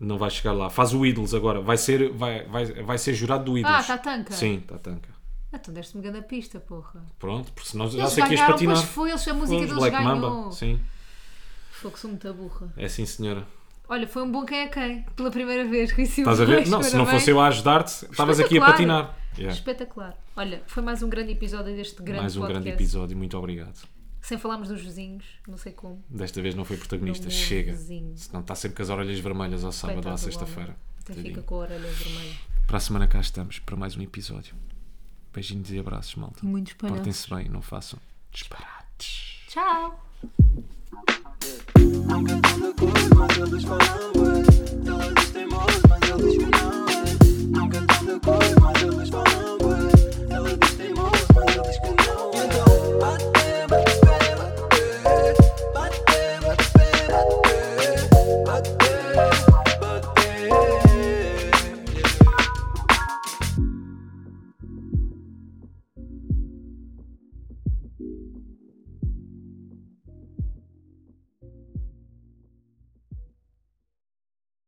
Speaker 1: Não vai chegar lá. Faz o Idols agora. Vai ser, vai, vai, vai ser jurado do Idols.
Speaker 2: Ah, tá tanca.
Speaker 1: Sim, está tanca.
Speaker 2: Ah, Então deste-me grande pista, porra.
Speaker 1: Pronto, porque senão já
Speaker 2: Eles
Speaker 1: sei que ias
Speaker 2: ganharam,
Speaker 1: patinar.
Speaker 2: pois foi. Eles, a música
Speaker 1: Os
Speaker 2: deles
Speaker 1: Black
Speaker 2: ganhou.
Speaker 1: Mamba. Sim,
Speaker 2: Foi que sou muita burra.
Speaker 1: é sim, senhora.
Speaker 2: Olha, foi um bom quem é quem. Pela primeira vez. Conheci
Speaker 1: Estás a ver? Não, se não fosse eu a ajudar-te, estavas aqui a
Speaker 2: Espetacular.
Speaker 1: patinar. Yeah.
Speaker 2: Espetacular. Olha, foi mais um grande episódio deste grande
Speaker 1: Mais um
Speaker 2: podcast.
Speaker 1: grande episódio, muito obrigado.
Speaker 2: Sem falarmos dos vizinhos, não sei como.
Speaker 1: Desta vez não foi protagonista,
Speaker 2: Não,
Speaker 1: chega.
Speaker 2: vizinho.
Speaker 1: Senão está sempre com as orelhas vermelhas ao sábado ou à
Speaker 2: Coitado do
Speaker 1: sexta-feira.
Speaker 2: homem. Até
Speaker 1: Tadinho.
Speaker 2: fica com a orelha vermelha.
Speaker 1: Para a semana cá estamos, para mais um episódio. Beijinhos e abraços, malta.
Speaker 2: Muitos palhaços.
Speaker 1: Portem-se bem, não façam disparates.
Speaker 2: Tchau!
Speaker 3: Aunque dando cor, mas eu desfalava. Todos temos, mas eu desfilava. Aunque dando cor,